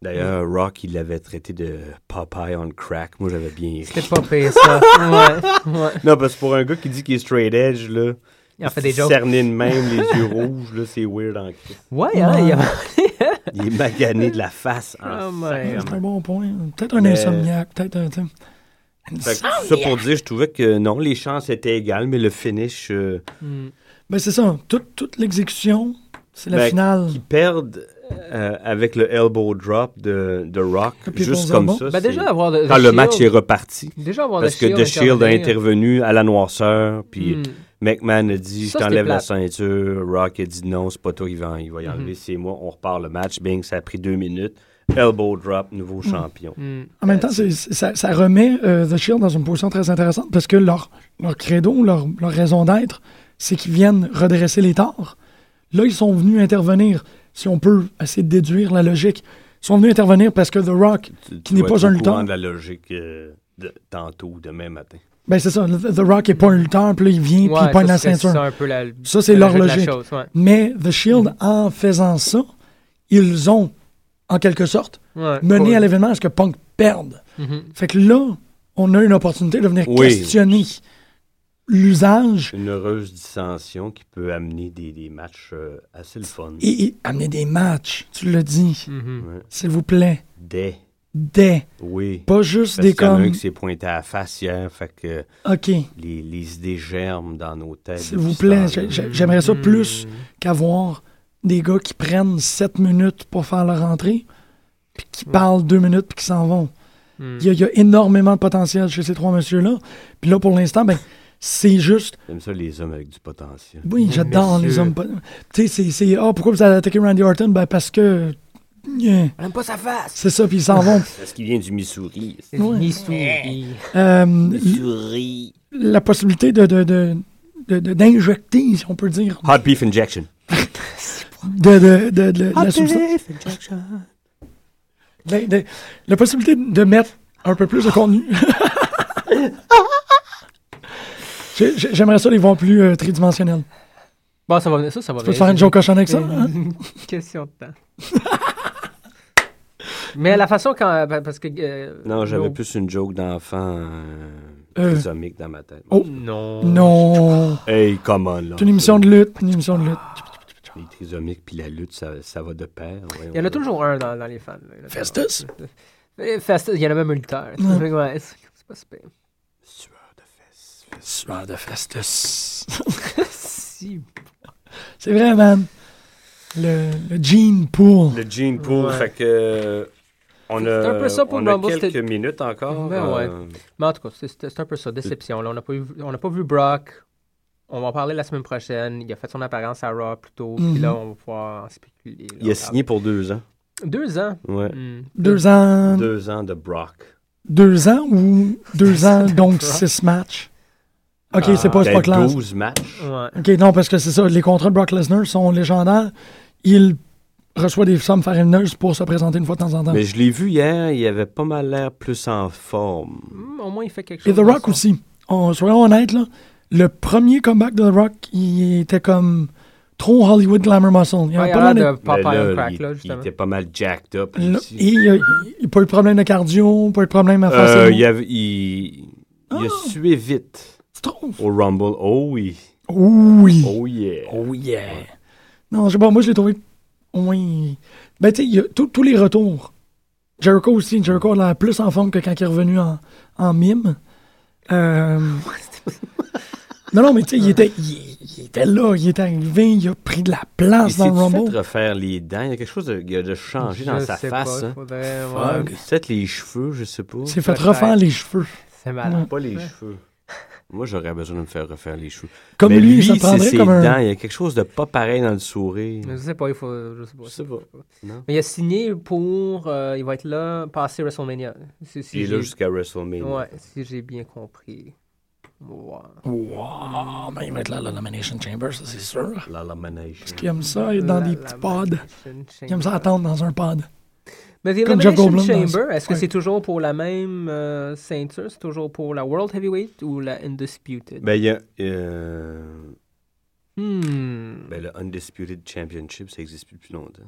Speaker 8: D'ailleurs, Rock, il l'avait traité de Popeye on crack. Moi, j'avais bien ri.
Speaker 7: C'était pas pire, ça. ouais. ouais.
Speaker 8: Non, parce que pour un gars qui dit qu'il est straight edge, là,
Speaker 7: Il en fait des jokes.
Speaker 8: cerné de même, les
Speaker 7: (laughs)
Speaker 8: yeux rouges, là, c'est weird. En... Christ.
Speaker 7: Ouais, hein, il y a...
Speaker 8: Il est magané de la face.
Speaker 7: Oh
Speaker 8: En...
Speaker 7: my.
Speaker 6: C'est un bon point. Peut-être un
Speaker 8: Euh, Mais-
Speaker 6: insomniaque, peut-être un. tu sais.
Speaker 8: Fait que tout ça pour dire, je trouvais que non, les chances étaient égales, mais le finish, euh,
Speaker 7: Mm.
Speaker 6: Ben, c'est ça. Toute, toute l'exécution, c'est la
Speaker 8: Ben,
Speaker 6: finale.
Speaker 8: qu'ils perdent euh, avec le elbow drop de, de Rock,
Speaker 6: Le people's
Speaker 8: juste comme
Speaker 6: elbow.
Speaker 8: ça.
Speaker 7: Ben,
Speaker 8: c'est-
Speaker 7: déjà, avoir de,
Speaker 8: quand
Speaker 7: de
Speaker 8: Ah, le match est
Speaker 7: Shield-
Speaker 8: reparti.
Speaker 7: Déjà avoir
Speaker 8: Parce
Speaker 7: de
Speaker 8: que
Speaker 7: Shield hein.
Speaker 8: The Shield a
Speaker 7: intervenir.
Speaker 8: intervenu à la noirceur, puis
Speaker 7: Mm.
Speaker 8: McMahon a dit
Speaker 7: Ça,
Speaker 8: Je t'enlève
Speaker 7: c'était
Speaker 8: la
Speaker 7: plate. Hmm.
Speaker 8: ceinture. Rock a dit Non, c'est pas toi qui va, en- il va y enlever, c'est moi. On repart le match. Bing, ça a pris deux minutes. Elbow drop, nouveau
Speaker 6: Hmm.
Speaker 8: champion.
Speaker 7: Mm.
Speaker 6: En même temps, c'est- c'est- ça, ça remet euh, The Shield dans une position très intéressante parce que leur, leur credo, leur, leur raison d'être, c'est qu'ils viennent redresser les torts. Là, ils sont venus intervenir, si on peut essayer de déduire la logique. Ils sont venus intervenir parce que The Rock,
Speaker 8: Tu-
Speaker 6: qui
Speaker 8: tu
Speaker 6: n'est
Speaker 8: vas
Speaker 6: pas
Speaker 8: être au
Speaker 6: un
Speaker 8: courant
Speaker 6: lutteur,
Speaker 8: de la logique euh, de tantôt, demain matin.
Speaker 6: ben c'est ça, The The Rock n'est pas un lutteur, puis là, il vient, puis
Speaker 7: Ouais,
Speaker 6: il pogne
Speaker 7: ça,
Speaker 6: la
Speaker 7: c'est-
Speaker 6: ceinture.
Speaker 7: C'est un peu la...
Speaker 6: Ça, c'est
Speaker 7: le
Speaker 6: leur
Speaker 7: jeu de la
Speaker 6: logique.
Speaker 7: chose, ouais.
Speaker 6: Mais The Shield, en faisant ça, ils ont, en quelque sorte,
Speaker 7: Ouais,
Speaker 6: mené
Speaker 7: cool.
Speaker 6: à l'événement à ce que Punk perde.
Speaker 7: Mhm.
Speaker 6: Fait que là, on a une opportunité de venir
Speaker 8: Oui.
Speaker 6: questionner l'usage
Speaker 8: Une heureuse dissension qui peut amener des, des matchs euh, assez le fun.
Speaker 6: et, et amener des matchs. Tu le dis,
Speaker 7: Mhm.
Speaker 6: s'il vous plaît.
Speaker 8: Des.
Speaker 6: Des.
Speaker 8: Oui.
Speaker 6: Pas juste
Speaker 8: Parce
Speaker 6: des
Speaker 8: qu'il y en a un
Speaker 6: comme.
Speaker 8: qui s'est pointé à la face hier, fait que
Speaker 6: OK,
Speaker 8: les, les idées germent dans nos têtes.
Speaker 6: s'il vous
Speaker 8: depuis ce
Speaker 6: plaît.
Speaker 8: temps-là.
Speaker 6: j'ai- j'ai- J'aimerais ça plus qu'avoir des gars qui prennent 7 minutes pour faire leur entrée, puis qui parlent 2 minutes, puis qui s'en vont. Il y, a- il y a énormément de potentiel chez ces trois messieurs-là. Puis là, pour l'instant, ben, c'est juste.
Speaker 8: J'aime ça, les hommes avec du potentiel.
Speaker 6: Oui, j'adore les
Speaker 7: messieurs.
Speaker 6: hommes. pot- Tu sais, c'est- c'est. Ah, pourquoi vous avez attaqué Randy Orton? Ben, parce que. Yeah.
Speaker 7: On aime pas sa face.
Speaker 6: C'est ça, puis ils s'en
Speaker 7: (laughs)
Speaker 6: vont.
Speaker 8: Parce qu'il vient du Missouri.
Speaker 7: C'est
Speaker 6: Ouais.
Speaker 7: du Missouri.
Speaker 6: Euh, la possibilité de, de, de, de- de- d'injecter, si on peut dire,
Speaker 8: Hot beef injection.
Speaker 6: de, de, de- de- de la substance. De- de- ben, la possibilité de mettre un peu plus de contenu. J'ai- j'ai- J'aimerais ça les voir plus euh, tridimensionnels.
Speaker 7: Bon, ça va venir. Ça, ça va
Speaker 6: Tu peux te
Speaker 7: venir.
Speaker 6: faire une joke cochonne avec ça? hein?
Speaker 7: (laughs) Une Question de temps. Mais la façon quand. Parce que. euh,
Speaker 8: Non, j'avais
Speaker 7: nos-
Speaker 8: plus une joke d'enfant euh,
Speaker 6: Euh.
Speaker 8: trisomique dans ma tête.
Speaker 6: Oh.
Speaker 7: Non.
Speaker 6: Non.
Speaker 8: Hey, come on, là.
Speaker 6: C'est une émission de lutte. Une émission de lutte.
Speaker 8: Les trisomiques puis la lutte, ça, ça va de pair.
Speaker 7: Il y en a toujours un dans, dans les fans. là. Il y en a
Speaker 6: Festus?
Speaker 7: toujours un. Eh, Festus, il y en a même un lutteur. (laughs) Ouais, c'est c'est pas super.
Speaker 8: Sueur de fesses.
Speaker 6: Sueur de Festus.
Speaker 7: Si.
Speaker 6: C'est vrai, man. Le, le Gene Pool.
Speaker 8: Le jean pool,
Speaker 7: Ouais.
Speaker 8: fait que... euh, On
Speaker 7: C'est
Speaker 8: a,
Speaker 7: un peu ça pour
Speaker 8: on
Speaker 7: le
Speaker 8: a
Speaker 7: Rumble,
Speaker 8: quelques
Speaker 7: c'était-
Speaker 8: minutes encore.
Speaker 7: Ben ouais.
Speaker 8: euh,
Speaker 7: Mais en tout cas, c'est- c'est c'est un peu ça. Déception. Là, on n'a pas, eu- on n'a pas vu Brock. On va en parler la semaine prochaine. Il a fait son apparence à Raw plus tôt. Puis
Speaker 6: Mhm.
Speaker 7: là, on va pouvoir en spéculer. là. Ah,
Speaker 8: il a signé pour deux ans.
Speaker 7: Deux ans.
Speaker 8: Ouais.
Speaker 7: Hmm.
Speaker 6: Deux ans.
Speaker 8: Deux ans de Brock.
Speaker 6: (laughs) Deux ans ou deux ans, donc six matchs. Ah, OK, c'est pas, c'est pas
Speaker 8: Peut-être
Speaker 6: clair.
Speaker 8: 12 matchs.
Speaker 7: Mm. Ouais.
Speaker 6: OK, non, parce que c'est ça. Les contrats de Brock Lesnar sont légendaires. Il reçoit des sommes faramineuses pour se présenter une fois de temps en temps.
Speaker 8: Mais je l'ai vu hier, il avait pas mal l'air plus en forme.
Speaker 7: Hmm, Au moins, il fait quelque
Speaker 6: Et
Speaker 7: chose.
Speaker 6: The Rock aussi. On, soyons honnêtes, là, le premier comeback de The Rock, il était comme trop Hollywood Glamour Muscle. Il
Speaker 7: Il
Speaker 6: avait hein,
Speaker 7: a
Speaker 6: pas
Speaker 7: l'air
Speaker 6: l'air
Speaker 7: de
Speaker 6: de-
Speaker 7: Popeye
Speaker 8: Mais
Speaker 7: on
Speaker 8: là,
Speaker 7: crack,
Speaker 8: il,
Speaker 7: là,
Speaker 8: il
Speaker 7: justement.
Speaker 8: était pas mal jacked up.
Speaker 6: Là,
Speaker 8: aussi.
Speaker 6: et il a- il- pas eu de problème de cardio, pas eu de problème à faire
Speaker 8: Euh,
Speaker 6: ses mots.
Speaker 8: il, avait- il- il a
Speaker 6: Ah!
Speaker 8: sué vite
Speaker 6: Tu trouves?
Speaker 8: au Rumble. Oh oui.
Speaker 6: Oui.
Speaker 8: Oh yeah.
Speaker 6: Oh yeah. Non, je sais pas, moi je l'ai trouvé au moins. Ben tu sais, il y a tous- tous les retours. Jericho aussi, Jericho a l'air plus en forme que quand il est revenu en, en mime.
Speaker 8: (laughs)
Speaker 6: Euh, non, non, mais tu sais, il était, il, il était là, il est arrivé, il a pris de la
Speaker 8: Il
Speaker 6: place
Speaker 8: s'est
Speaker 6: dans le Rumble.
Speaker 8: fait refaire les dents. Il y a quelque chose de, il y a de changé dans
Speaker 7: Je
Speaker 8: sa
Speaker 7: sais
Speaker 8: face.
Speaker 7: pas,
Speaker 8: hein.
Speaker 7: faudrait- ouais.
Speaker 8: Fuck. Peut-être les cheveux, je sais pas.
Speaker 6: Il s'est fait refaire les cheveux.
Speaker 7: C'est malade.
Speaker 8: Pas les cheveux. Moi, j'aurais besoin de me faire refaire les cheveux.
Speaker 6: Comme
Speaker 8: Mais
Speaker 6: lui,
Speaker 8: lui,
Speaker 6: ça
Speaker 8: c'est
Speaker 6: prendrait
Speaker 8: ses
Speaker 6: comme un.
Speaker 8: dents. Il y a quelque chose de pas pareil dans le sourire.
Speaker 7: Mais Je sais pas, il faut. Je sais pas.
Speaker 8: Je sais pas. Non.
Speaker 7: Mais il a signé pour. euh, il va être là, passer WrestleMania. Si, si
Speaker 8: Il est
Speaker 7: j'ai-
Speaker 8: là jusqu'à WrestleMania.
Speaker 7: Ouais, si j'ai bien compris. Ouais.
Speaker 6: Wow, ben, il va être là, la Nomination Chamber, ça c'est sûr.
Speaker 8: La lamination.
Speaker 6: Il aime ça, être dans
Speaker 7: La-
Speaker 6: des
Speaker 7: la
Speaker 6: petits pods.
Speaker 7: Elimination
Speaker 6: Il aime ça
Speaker 7: Chamber.
Speaker 6: attendre dans un pod.
Speaker 7: Mais The
Speaker 6: comme Jeff
Speaker 7: Elimination
Speaker 6: Goldblum dans-
Speaker 7: Chamber, est-ce que
Speaker 6: Ouais.
Speaker 7: c'est toujours pour la même euh, ceinture C'est toujours pour la World Heavyweight ou la Undisputed
Speaker 8: Ben, il y a. euh,
Speaker 7: Hmm.
Speaker 8: ben, le Undisputed Championship, ça existe depuis plus longtemps.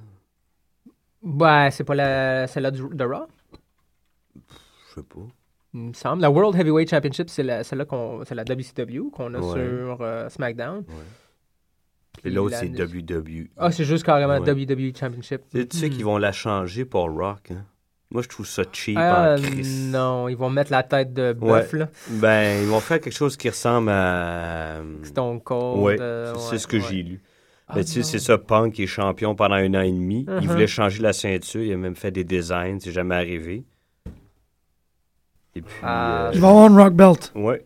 Speaker 7: Ben, c'est pas la, celle-là du- de Raw,
Speaker 8: Je sais pas.
Speaker 7: il me semble. La World Heavyweight Championship, c'est la, celle-là qu'on, c'est la WCW qu'on a
Speaker 8: Ouais.
Speaker 7: sur euh, SmackDown.
Speaker 8: Et
Speaker 7: Puis
Speaker 8: l'autre,
Speaker 7: la-
Speaker 8: c'est WWE.
Speaker 7: Ah, c'est juste carrément
Speaker 8: Ouais.
Speaker 7: WWE Championship. Hmm.
Speaker 8: Tu sais- tu sais qu'ils vont la changer pour Rock, hein? Moi, je trouve ça cheap
Speaker 7: Ah,
Speaker 8: en crise.
Speaker 7: non, ils vont mettre la tête de bœuf,
Speaker 8: Ouais.
Speaker 7: là.
Speaker 8: Ben, ils vont faire quelque chose qui ressemble à...
Speaker 7: Stone Cold.
Speaker 8: Ouais,
Speaker 7: euh,
Speaker 8: c'est
Speaker 7: ouais,
Speaker 8: c'est ce que
Speaker 7: ouais.
Speaker 8: j'ai lu.
Speaker 7: Ah,
Speaker 8: Mais tu sais,
Speaker 7: non.
Speaker 8: c'est ça, Punk qui est champion pendant un an et demi.
Speaker 7: Mhm.
Speaker 8: Il voulait changer la ceinture, il a même fait des designs, c'est jamais arrivé. Et puis...
Speaker 7: Ah.
Speaker 8: euh,
Speaker 6: Il va avoir une rock belt.
Speaker 8: ouais.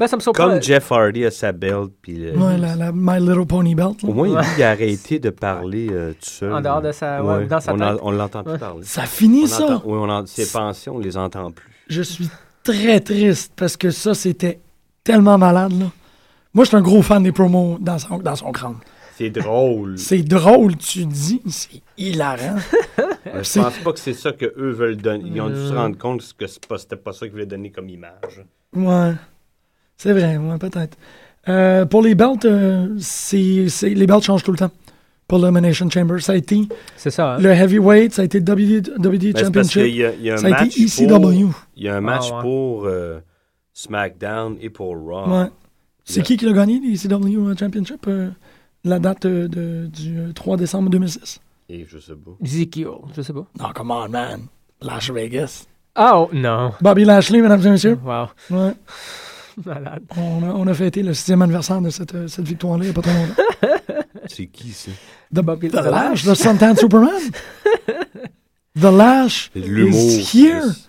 Speaker 7: Ben, ça me surprend.
Speaker 8: Comme Jeff Hardy a sa belt, puis... le-
Speaker 6: Ouais, la, la My Little Pony Belt. là.
Speaker 8: Au moins,
Speaker 7: Ouais.
Speaker 8: il a arrêté de parler euh, tout seul.
Speaker 7: En dehors de sa- ouais, dans sa
Speaker 8: on en-
Speaker 7: tête.
Speaker 8: on l'entend plus parler.
Speaker 6: Ça finit
Speaker 8: On
Speaker 6: ça.
Speaker 8: entend- oui, on en- ses pensions, on les entend plus.
Speaker 6: Je suis très triste parce que ça, c'était tellement malade. Là. Moi, je suis un gros fan des promos dans son, dans son crâne.
Speaker 8: C'est drôle.
Speaker 6: C'est drôle, tu dis, c'est
Speaker 8: (laughs)
Speaker 6: hilarant.
Speaker 8: Mais Euh, Je
Speaker 6: C'est- Euh.
Speaker 8: pense pas que c'est ça qu'eux veulent donner. Ils ont dû se rendre compte que c'est pas- c'était pas ça qu'ils voulaient donner comme image.
Speaker 6: Ouais. C'est vrai, ouais, peut-être. Euh, pour les belts, euh, c'est, c'est- les belts changent tout le temps. Pour l'Elimination Chamber, ça a été
Speaker 7: C'est ça, hein?
Speaker 6: le Heavyweight, ça a été le WWE
Speaker 8: Ben, c'est parce qu'il
Speaker 6: Championship,
Speaker 8: y a, il y a un
Speaker 6: ça a
Speaker 8: match
Speaker 6: été ECW.
Speaker 8: pour, il y a un match
Speaker 7: ouais.
Speaker 8: pour euh, SmackDown et pour Raw.
Speaker 6: Ouais. C'est
Speaker 8: Yeah.
Speaker 6: qui qui l'a gagné, les ECW Championship, euh, la date euh, de- du euh, 3 décembre 2006?
Speaker 8: Et je sais pas.
Speaker 7: Ezekiel, je sais pas.
Speaker 6: Non, come on, man. Las Vegas. Mm.
Speaker 7: Oh, non.
Speaker 6: Bobby Lashley, mesdames et messieurs.
Speaker 7: Wow. (laughs)
Speaker 6: Ouais.
Speaker 7: Malade.
Speaker 6: On, a, on a fêté le sixième anniversaire de cette, euh, cette victoire-là il n'y a pas trop (laughs) longtemps.
Speaker 8: C'est qui ça?
Speaker 6: The,
Speaker 7: Bobby
Speaker 6: the
Speaker 7: Lash.
Speaker 6: Lash, The Suntan (laughs) Superman. The Lash
Speaker 8: C'est de L'humour.
Speaker 6: is here.
Speaker 8: Chris.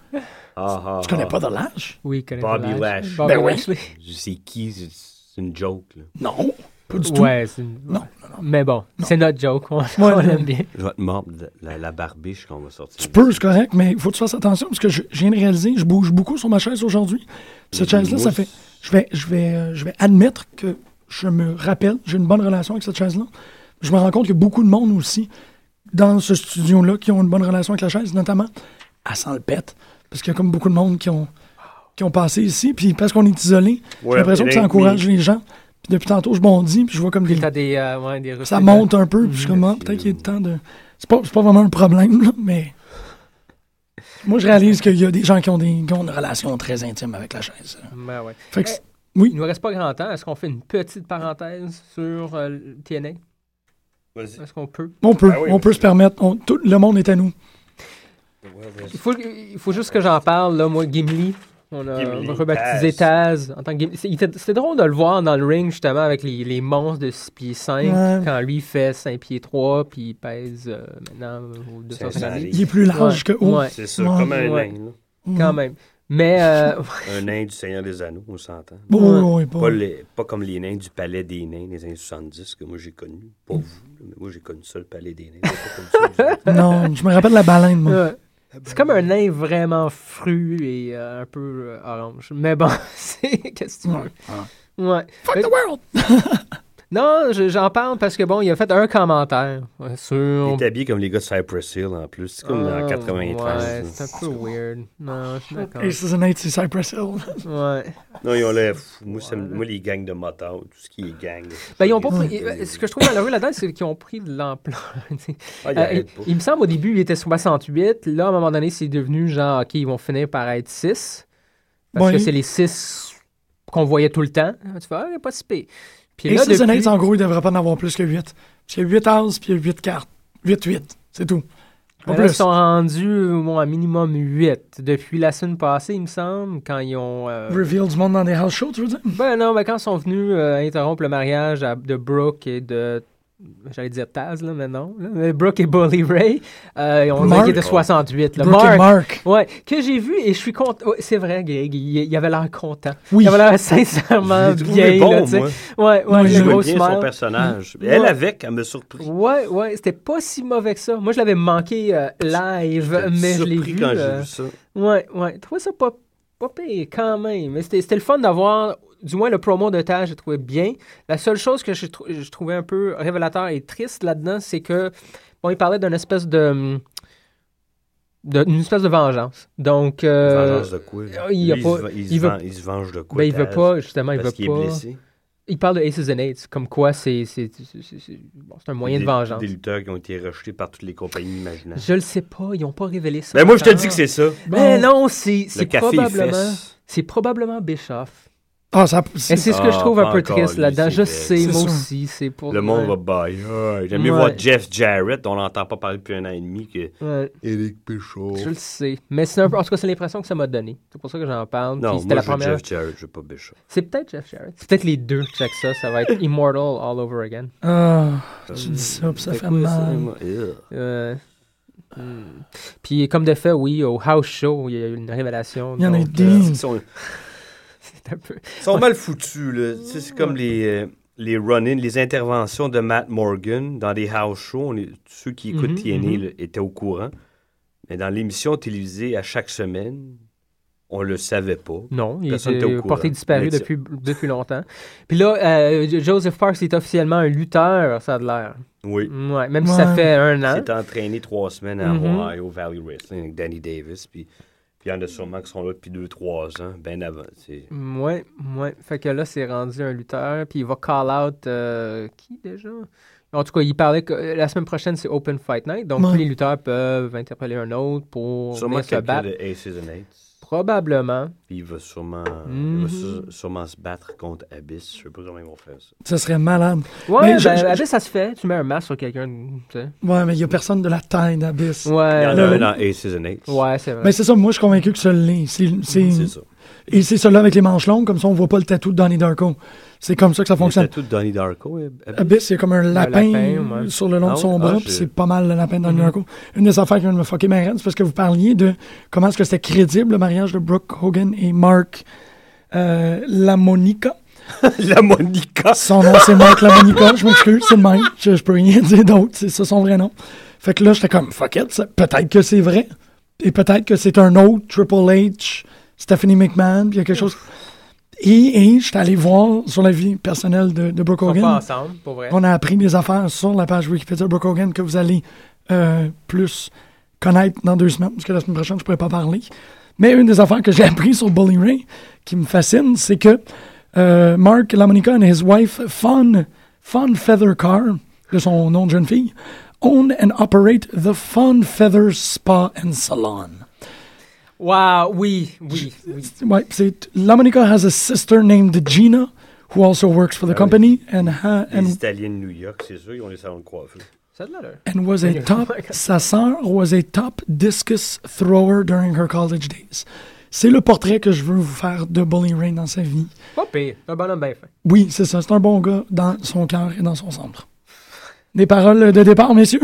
Speaker 8: Ah, ah,
Speaker 6: Tu connais
Speaker 8: ah.
Speaker 6: pas The Lash?
Speaker 7: Oui, il connaît
Speaker 8: Bobby
Speaker 7: Lash.
Speaker 8: Lash.
Speaker 7: Bobby
Speaker 6: Ben oui.
Speaker 7: Lashley.
Speaker 8: C'est qui? C'est- C'est une joke. Là.
Speaker 6: Non, pas du tout.
Speaker 7: Ouais, c'est une...
Speaker 6: Non,
Speaker 7: Mais bon, c'est notre joke. On, on
Speaker 6: Ouais.
Speaker 7: l'aime bien.
Speaker 8: Je vais te mordre de la, la barbiche qu'on va sortir.
Speaker 6: Tu peux, c'est correct, mais il faut que tu fasses attention parce que je, je viens de réaliser, je bouge beaucoup sur ma chaise aujourd'hui. Cette chaise-là, ça
Speaker 8: mousses.
Speaker 6: fait. Je vais, je, vais, euh, je vais admettre que je me rappelle, j'ai une bonne relation avec cette chaise-là. Je me rends compte qu'il y a beaucoup de monde aussi dans ce studio-là qui ont une bonne relation avec la chaise, notamment à Sans le pète. Parce qu'il y a comme beaucoup de monde qui ont, qui ont passé ici, puis parce qu'on est isolé, j'ai
Speaker 8: Ouais,
Speaker 6: l'impression que ça
Speaker 8: rien que
Speaker 6: encourage les gens. Puis depuis tantôt, je bondis, puis je vois comme des.
Speaker 7: T'as des, euh, ouais, des
Speaker 6: Ça
Speaker 7: refus-
Speaker 6: monte un peu, puis je suis comme, ah, peut-être qu'il est temps de. C'est pas, c'est pas vraiment un problème, là,
Speaker 7: (laughs)
Speaker 6: mais. Moi, je réalise qu'il y a des gens qui ont, des, qui ont une relation très intime avec la chaise.
Speaker 7: Ben ouais.
Speaker 6: Fait que c'est-
Speaker 7: Il
Speaker 6: oui,
Speaker 7: nous reste pas grand temps. Est-ce qu'on fait une petite parenthèse sur euh, le TNA?
Speaker 8: Vas-y.
Speaker 7: Est-ce qu'on peut?
Speaker 6: on peut,
Speaker 8: Ah oui,
Speaker 6: on peut
Speaker 8: mais-
Speaker 6: se permettre. on- tout le monde est à nous.
Speaker 7: Il faut, il faut juste que j'en parle, là, moi, Gimli. On a
Speaker 8: Gimli,
Speaker 7: rebaptisé Taz en tant que Gimli. C'est- il était- C'était drôle de le voir dans le ring, justement, avec les, les monstres de 6 pieds 5,
Speaker 6: Ouais.
Speaker 7: quand lui fait 5 pieds 3, puis il pèse euh, maintenant au 250 livres.
Speaker 6: Il est plus large
Speaker 7: Ouais,
Speaker 6: que haut.
Speaker 7: ouais,
Speaker 8: C'est ça,
Speaker 6: Ouais.
Speaker 8: comme un
Speaker 7: Ouais.
Speaker 8: nain. là.
Speaker 7: quand même. Mais
Speaker 6: (laughs)
Speaker 7: euh, (laughs)
Speaker 8: Un nain du Seigneur des Anneaux, on s'entend.
Speaker 6: Oui, oui, oui, pas-
Speaker 8: Pas, les- pas comme les nains du palais des nains des années 70 que moi j'ai connu.
Speaker 7: (laughs)
Speaker 8: Pas vous, là, mais moi j'ai connu ça, le palais des nains. J'ai pas connu ça, vous autres.
Speaker 6: Non, je me rappelle la baleine, moi.
Speaker 7: euh, C'est comme un nain vraiment fru et euh, un peu euh, orange. Mais bon, (laughs) c'est. Qu'est-ce que tu veux? Ouais.
Speaker 6: Fuck the world!
Speaker 7: Non, je- j'en parle parce que bon, il a fait un commentaire euh,
Speaker 8: Il
Speaker 7: sur.
Speaker 8: est habillé comme les gars de Cypress Hill en plus. C'est comme
Speaker 7: Ah,
Speaker 8: dans 93.
Speaker 7: Ouais, c'est un peu weird. Non, je suis d'accord.
Speaker 6: Et c'est un night, c'est Cypress Hill.
Speaker 7: Ouais.
Speaker 8: Non, ils ont l'air fous. Moi, ça me- moi, les gangs de motards, tout ce qui est gang. là,
Speaker 7: Ben, ils ont pas
Speaker 8: je-
Speaker 7: pris. euh, Ce que je trouve malheureux là-dedans, c'est qu'ils ont pris de l'ampleur. (laughs) tu sais.
Speaker 8: Ah, ils
Speaker 7: Euh, il,
Speaker 8: arrêtent pas.
Speaker 7: il me semble au début, il était 68. Là, à un moment donné, c'est devenu genre, OK, ils vont finir par être 6. Parce
Speaker 6: Ouais.
Speaker 7: que c'est les 6 qu'on voyait tout le temps. Tu vois, ah, pas si pire. Puis
Speaker 6: Et
Speaker 7: là,
Speaker 6: ces
Speaker 7: depuis-
Speaker 6: en gros, il devrait pas en avoir plus que 8. Parce qu'il y a 8 as, puis il y a 8 cartes. 8-8, c'est tout. Pas
Speaker 7: Mais là, ils
Speaker 6: plus.
Speaker 7: sont rendus bon, à minimum 8. Depuis la semaine passée, il me semble, quand ils ont. euh,
Speaker 6: Reveal du monde dans des house shows, tu veux dire?
Speaker 7: Ben non, ben quand ils sont venus euh, interrompre le mariage à- de Brooke et de. J'allais dire Taz, là, mais non. là, mais Brooke et Bully Ray, euh, on dirait
Speaker 6: Mark.
Speaker 7: qu'ils étaient 68. Là.
Speaker 6: Brooke et
Speaker 7: Mark,
Speaker 6: Mark.
Speaker 7: ouais, que j'ai vu et je suis content. ouais, c'est vrai, Greg, il, il avait l'air content.
Speaker 6: Oui.
Speaker 7: Il avait l'air
Speaker 8: Je
Speaker 7: sincèrement
Speaker 8: l'ai trouvé
Speaker 7: bien.
Speaker 8: bon,
Speaker 7: là, tu sais.
Speaker 8: moi.
Speaker 7: Ouais,
Speaker 6: Non,
Speaker 7: ouais,
Speaker 6: il
Speaker 7: le
Speaker 8: Je
Speaker 6: jouait
Speaker 7: gros
Speaker 8: vois bien son
Speaker 7: smile.
Speaker 8: personnage.
Speaker 7: Mm.
Speaker 8: Elle
Speaker 7: Ouais.
Speaker 8: avec, elle me surpris.
Speaker 7: Ouais, ouais, c'était pas si mauvais que ça. Moi, je l'avais manqué euh, live,
Speaker 8: J'étais
Speaker 7: mais je l'ai
Speaker 8: surpris
Speaker 7: vu.
Speaker 8: quand
Speaker 7: euh,
Speaker 8: j'ai vu ça.
Speaker 7: Ouais, ouais. Je trouvais ça pas, pas pire quand même. Mais c'était c'était le fun d'avoir. Du moins, le promo de Taj, j'ai trouvé bien. La seule chose que je, trou- je trouvais un peu révélateur et triste là-dedans, c'est que. Bon, il parlait d'une espèce de. hum, de- d'une espèce de vengeance. Donc. euh,
Speaker 8: Vengeance de quoi? là?
Speaker 7: il y a
Speaker 8: Lui,
Speaker 7: pas-
Speaker 8: se ven- il
Speaker 7: il
Speaker 8: se
Speaker 7: veut-
Speaker 8: ven- il se venge de quoi?
Speaker 7: ben, il veut
Speaker 8: Taz?
Speaker 7: pas, justement, il
Speaker 8: Parce
Speaker 7: veut
Speaker 8: qu'il est
Speaker 7: pas.
Speaker 8: blessé.
Speaker 7: Il parle de Aces and Eights, comme quoi c'est c'est- c'est- c'est- c'est- bon, c'est un moyen
Speaker 8: Des-
Speaker 7: de vengeance.
Speaker 8: Des lutteurs qui ont été rejetés par toutes les compagnies imaginables.
Speaker 7: Je le sais pas, ils ont pas révélé ça.
Speaker 8: Mais Ben, moi, je te
Speaker 7: encore.
Speaker 8: dis que c'est ça.
Speaker 7: Mais non, c'est
Speaker 8: Le
Speaker 7: c'est
Speaker 8: café, il
Speaker 7: probablement.
Speaker 8: fesse.
Speaker 7: C'est probablement Bischoff.
Speaker 6: Ah, ça.
Speaker 7: Et
Speaker 6: c'est-
Speaker 7: c'est ce que je
Speaker 8: Ah,
Speaker 7: trouve
Speaker 8: pas
Speaker 7: un peu
Speaker 8: encore,
Speaker 7: triste
Speaker 8: lui,
Speaker 7: là-dedans.
Speaker 8: c'est
Speaker 7: Je
Speaker 8: vrai.
Speaker 7: sais,
Speaker 6: C'est
Speaker 7: moi
Speaker 6: sûr.
Speaker 7: aussi, c'est pour...
Speaker 8: Le monde
Speaker 7: ouais.
Speaker 8: va bailler. J'aime mieux
Speaker 7: Ouais.
Speaker 8: voir Jeff Jarrett. On n'entend pas parler depuis un an et demi que
Speaker 7: Ouais,
Speaker 8: Eric Péchaud.
Speaker 7: je le sais. Mais c'est un peu... En tout cas, c'est l'impression que ça m'a donné. C'est pour ça que j'en parle.
Speaker 8: Non,
Speaker 7: Puis
Speaker 8: moi,
Speaker 7: c'était la
Speaker 8: je veux
Speaker 7: première...
Speaker 8: Jeff Jarrett, je veux pas Péchaud.
Speaker 7: C'est peut-être Jeff Jarrett. C'est peut-être les deux. Check ça, ça va
Speaker 8: (laughs)
Speaker 7: être Immortal all over again.
Speaker 6: Ah, tu dis ça,
Speaker 8: Ben,
Speaker 6: puis ça
Speaker 7: C'est
Speaker 6: fait
Speaker 7: quoi,
Speaker 6: mal.
Speaker 7: Euh, hmm. Puis comme de fait, oui, au house show, il y a eu une révélation.
Speaker 6: Il y en a eu
Speaker 7: donc,
Speaker 6: des.
Speaker 7: euh,
Speaker 8: Ils sont,
Speaker 7: c'est un peu...
Speaker 8: ils sont mal foutus, là. Tu sais, c'est comme les, euh, les run-ins, les interventions de Matt Morgan dans des house shows. On est- ceux qui écoutent
Speaker 7: Mhm,
Speaker 8: TNA
Speaker 7: mhm.
Speaker 8: là, étaient au courant. Mais dans l'émission télévisée à chaque semaine, on le savait pas.
Speaker 7: Non, il
Speaker 8: Personne n'était
Speaker 7: était
Speaker 8: au
Speaker 7: porté
Speaker 8: courant.
Speaker 7: disparu
Speaker 8: Mais tu-
Speaker 7: depuis, depuis longtemps. Puis là, euh, J- Joseph Parks est officiellement un lutteur, ça a de l'air.
Speaker 8: Oui.
Speaker 7: Ouais, même si ça
Speaker 6: Ouais.
Speaker 7: fait un an.
Speaker 8: Il s'est entraîné trois semaines à
Speaker 7: Hein? Mhm.
Speaker 8: Ohio Valley Wrestling avec Danny Davis. Puis puis il y en a sûrement qui sont là depuis deux, trois ans, bien avant. C'est
Speaker 7: Ouais, ouais. Fait que là, c'est rendu un lutteur. Puis il va call out. euh, qui déjà En tout cas, il parlait que euh, la semaine prochaine, c'est Open Fight Night. Donc,
Speaker 6: Ouais.
Speaker 7: tous les lutteurs peuvent interpeller un autre pour
Speaker 8: sûrement
Speaker 7: venir se
Speaker 8: quelqu'un
Speaker 7: battre.
Speaker 8: de Aces and Eights.
Speaker 6: (laughs)
Speaker 7: Probablement.
Speaker 8: Puis il va sûrement,
Speaker 7: Mhm.
Speaker 8: il va sû- sûrement se battre contre Abyss. Je sais pas comment ils vont faire ça.
Speaker 6: Ça serait malade.
Speaker 7: Ouais,
Speaker 6: je-
Speaker 7: ben,
Speaker 6: je-
Speaker 7: à Abyss, ça se fait. Tu mets un masque sur quelqu'un. tu sais.
Speaker 6: Ouais, mais il y a personne de la taille d'Abyss.
Speaker 8: Il y en
Speaker 7: Ouais.
Speaker 8: a
Speaker 6: le-
Speaker 8: un dans Aces and Eights.
Speaker 7: Euh, Ouais, c'est vrai.
Speaker 6: Mais c'est ça, moi, je suis convaincu que ça l'est. C'est- c'est-
Speaker 7: Mhm.
Speaker 8: C'est ça.
Speaker 6: Et c'est celui-là avec les manches longues, comme ça, on voit pas le tatou de Donnie Darko. C'est comme ça que ça
Speaker 8: Fonctionne.
Speaker 6: fonctionne.
Speaker 8: tout Donnie Darko. euh,
Speaker 7: (laughs)
Speaker 8: Abyss.
Speaker 6: Abyss, il y a comme un lapin,
Speaker 7: lapin, ouais.
Speaker 6: sur le long
Speaker 8: Ah
Speaker 6: de son
Speaker 8: ouais?
Speaker 6: bras,
Speaker 8: Ah,
Speaker 6: puis
Speaker 8: j'ai-
Speaker 6: c'est pas mal le lapin dans le Darko. Une des affaires qui vient de me fucker ma reine, c'est parce que vous parliez de comment est-ce que c'était crédible le mariage de Brooke Hogan et Mark euh, Lamonica.
Speaker 8: La Monica.
Speaker 6: Son nom, c'est Mark Lamonica, je m'excuse, c'est le même. Je, je peux rien dire d'autre, c'est ça son vrai nom. Fait que là, j'étais comme, fuck it, ça- peut-être que c'est vrai. Et peut-être que c'est un autre Triple H, Stephanie McMahon, puis il y a quelque chose. Et, et j'étais allé voir sur la vie personnelle de, de Brooke
Speaker 7: Ils sont
Speaker 6: Hogan.
Speaker 7: pas ensemble, pour vrai.
Speaker 6: On a appris des affaires sur la page Wikipédia de Brooke Hogan que vous allez euh, plus connaître dans deux semaines, parce que la semaine prochaine, je ne pourrais pas parler. Mais une des affaires que j'ai (laughs) appris sur Bully Ray qui me fascine, c'est que euh, Mark LaMonica and his wife Fawn, Fawn Feather Car, de son nom de jeune fille, own and operate the Fawn Feather Spa and Salon.
Speaker 7: Wow, oui, oui. oui.
Speaker 6: Ouais, c'est LaMonica has a sister named Gina who also works for the company and ha-
Speaker 8: Les
Speaker 6: and
Speaker 8: Italiens de New York, c'est sûr, ils ont les salons de coiffure.
Speaker 7: Ça a de l'allure.
Speaker 6: and was a
Speaker 8: (laughs) Oh
Speaker 6: top sa sœur was a top discus thrower during her college days. C'est le portrait que je veux vous faire de Bully Ray dans sa vie.
Speaker 7: Pas pire. Un bonhomme bien fin.
Speaker 6: Oui, c'est ça, c'est un bon gars dans son cœur et dans son centre. Des paroles de départ, messieurs.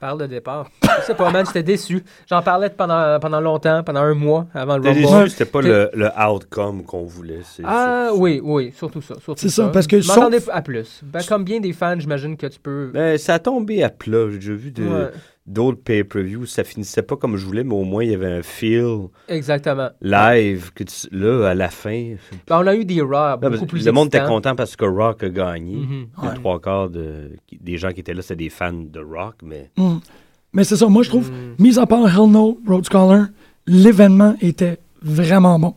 Speaker 7: Parle de départ. Je sais pas, man, j'étais déçu. J'en parlais pendant, pendant longtemps, pendant un mois avant le
Speaker 8: T'es
Speaker 7: Rumble.
Speaker 8: déçu, c'était pas
Speaker 7: Ah T'es-
Speaker 8: le, le outcome qu'on voulait. c'est-
Speaker 7: Ah
Speaker 8: c'est-
Speaker 7: oui, oui, surtout ça. surtout
Speaker 6: C'est ça, parce que
Speaker 7: Je m'attendais
Speaker 6: sauf-
Speaker 7: à plus. Ben, comme bien des fans, j'imagine que tu peux.
Speaker 8: Ben, ça a tombé à plat. J'ai déjà vu de,
Speaker 7: Ouais.
Speaker 8: d'autres pay-per-views, ça finissait pas comme je voulais, mais au moins, il y avait un feel
Speaker 7: Exactement.
Speaker 8: live que tu- là, à la fin.
Speaker 7: Ben, on a eu des rares
Speaker 8: Non,
Speaker 7: beaucoup
Speaker 8: mais
Speaker 7: plus
Speaker 8: le monde était
Speaker 7: excitants.
Speaker 8: content parce que Rock a gagné.
Speaker 7: Mhm.
Speaker 8: Les
Speaker 6: Ouais.
Speaker 8: trois quarts de- des gens qui étaient là, c'était des fans de Rock, mais
Speaker 6: Mais c'est ça, moi je trouve,
Speaker 8: Mm.
Speaker 6: mis à part Hell No, Road Scholar, l'événement était vraiment bon.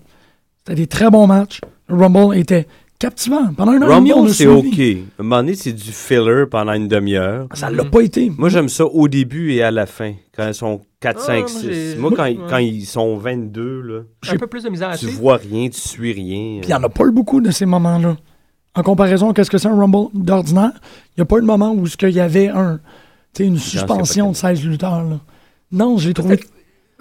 Speaker 6: C'était des très bons matchs. Le Rumble était captivant. Pendant une heure et demie, on
Speaker 8: Rumble,
Speaker 6: a
Speaker 8: c'est
Speaker 6: suivi.
Speaker 8: OK. À un moment donné, c'est du filler pendant une demi-heure.
Speaker 6: Ça l'a pas été.
Speaker 8: Moi, j'aime ça au début et à la fin, quand ils sont 4,
Speaker 7: Ah,
Speaker 8: 5,
Speaker 7: moi,
Speaker 8: 6.
Speaker 7: j'ai-
Speaker 8: Moi, quand, ils-
Speaker 7: Ouais.
Speaker 8: quand ils sont 22, là,
Speaker 7: Un peu plus de misère à
Speaker 8: tu
Speaker 7: suivre.
Speaker 8: vois rien, tu suis rien. euh,
Speaker 6: Puis il n'y en a pas eu beaucoup de ces moments-là. En comparaison à ce que c'est un Rumble d'ordinaire, il n'y a pas eu de moment où ce qu'il y avait un, tu sais, une suspension de 16 lutteurs. là. Non, j'ai trouvé.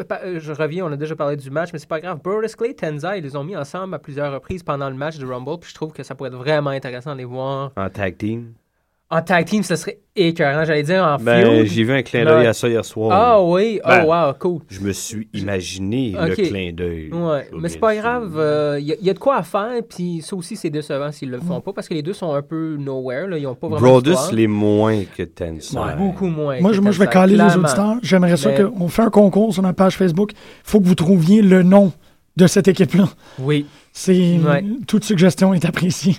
Speaker 7: Pa- euh, Je reviens, on a déjà parlé du match, mais c'est pas grave. Burris Clay, Tenza, ils les ont mis ensemble à plusieurs reprises pendant le match de Rumble, puis je trouve que ça pourrait être vraiment intéressant de les voir.
Speaker 8: En tag team.
Speaker 7: En tag team, ça serait écœurant, j'allais dire en
Speaker 8: Ben,
Speaker 7: feud.
Speaker 8: j'ai vu un clin
Speaker 7: Là-
Speaker 8: d'œil à ça hier soir.
Speaker 7: Ah oui,
Speaker 8: Ben.
Speaker 7: oh wow, cool.
Speaker 8: Je me suis imaginé
Speaker 7: Ok.
Speaker 8: le clin d'œil.
Speaker 7: Ouais,
Speaker 8: Je
Speaker 7: mais c'est pas
Speaker 8: me-
Speaker 7: grave, euh, il y, a- il y a de quoi à faire, puis ça aussi c'est décevant s'ils le font pas, parce que les deux sont un peu nowhere, là, ils ont pas vraiment
Speaker 8: Brodus,
Speaker 7: d'histoire.
Speaker 8: les moins que Tensai.
Speaker 7: Beaucoup moins.
Speaker 6: Moi,
Speaker 7: que
Speaker 6: je- moi, je vais
Speaker 7: Tenza,
Speaker 6: caler les
Speaker 7: clairement.
Speaker 6: auditeurs. J'aimerais ça
Speaker 7: Mais-
Speaker 6: qu'on fait un concours sur notre page Facebook. Il faut que vous trouviez le nom de cette équipe-là.
Speaker 7: Oui,
Speaker 6: C'est
Speaker 7: Ouais.
Speaker 6: Toute suggestion est appréciée.
Speaker 7: ouais.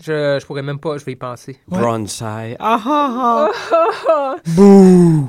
Speaker 7: Je, je pourrais même pas, je vais y penser.
Speaker 8: Bronsai. Ah ah ah.
Speaker 6: Bouh!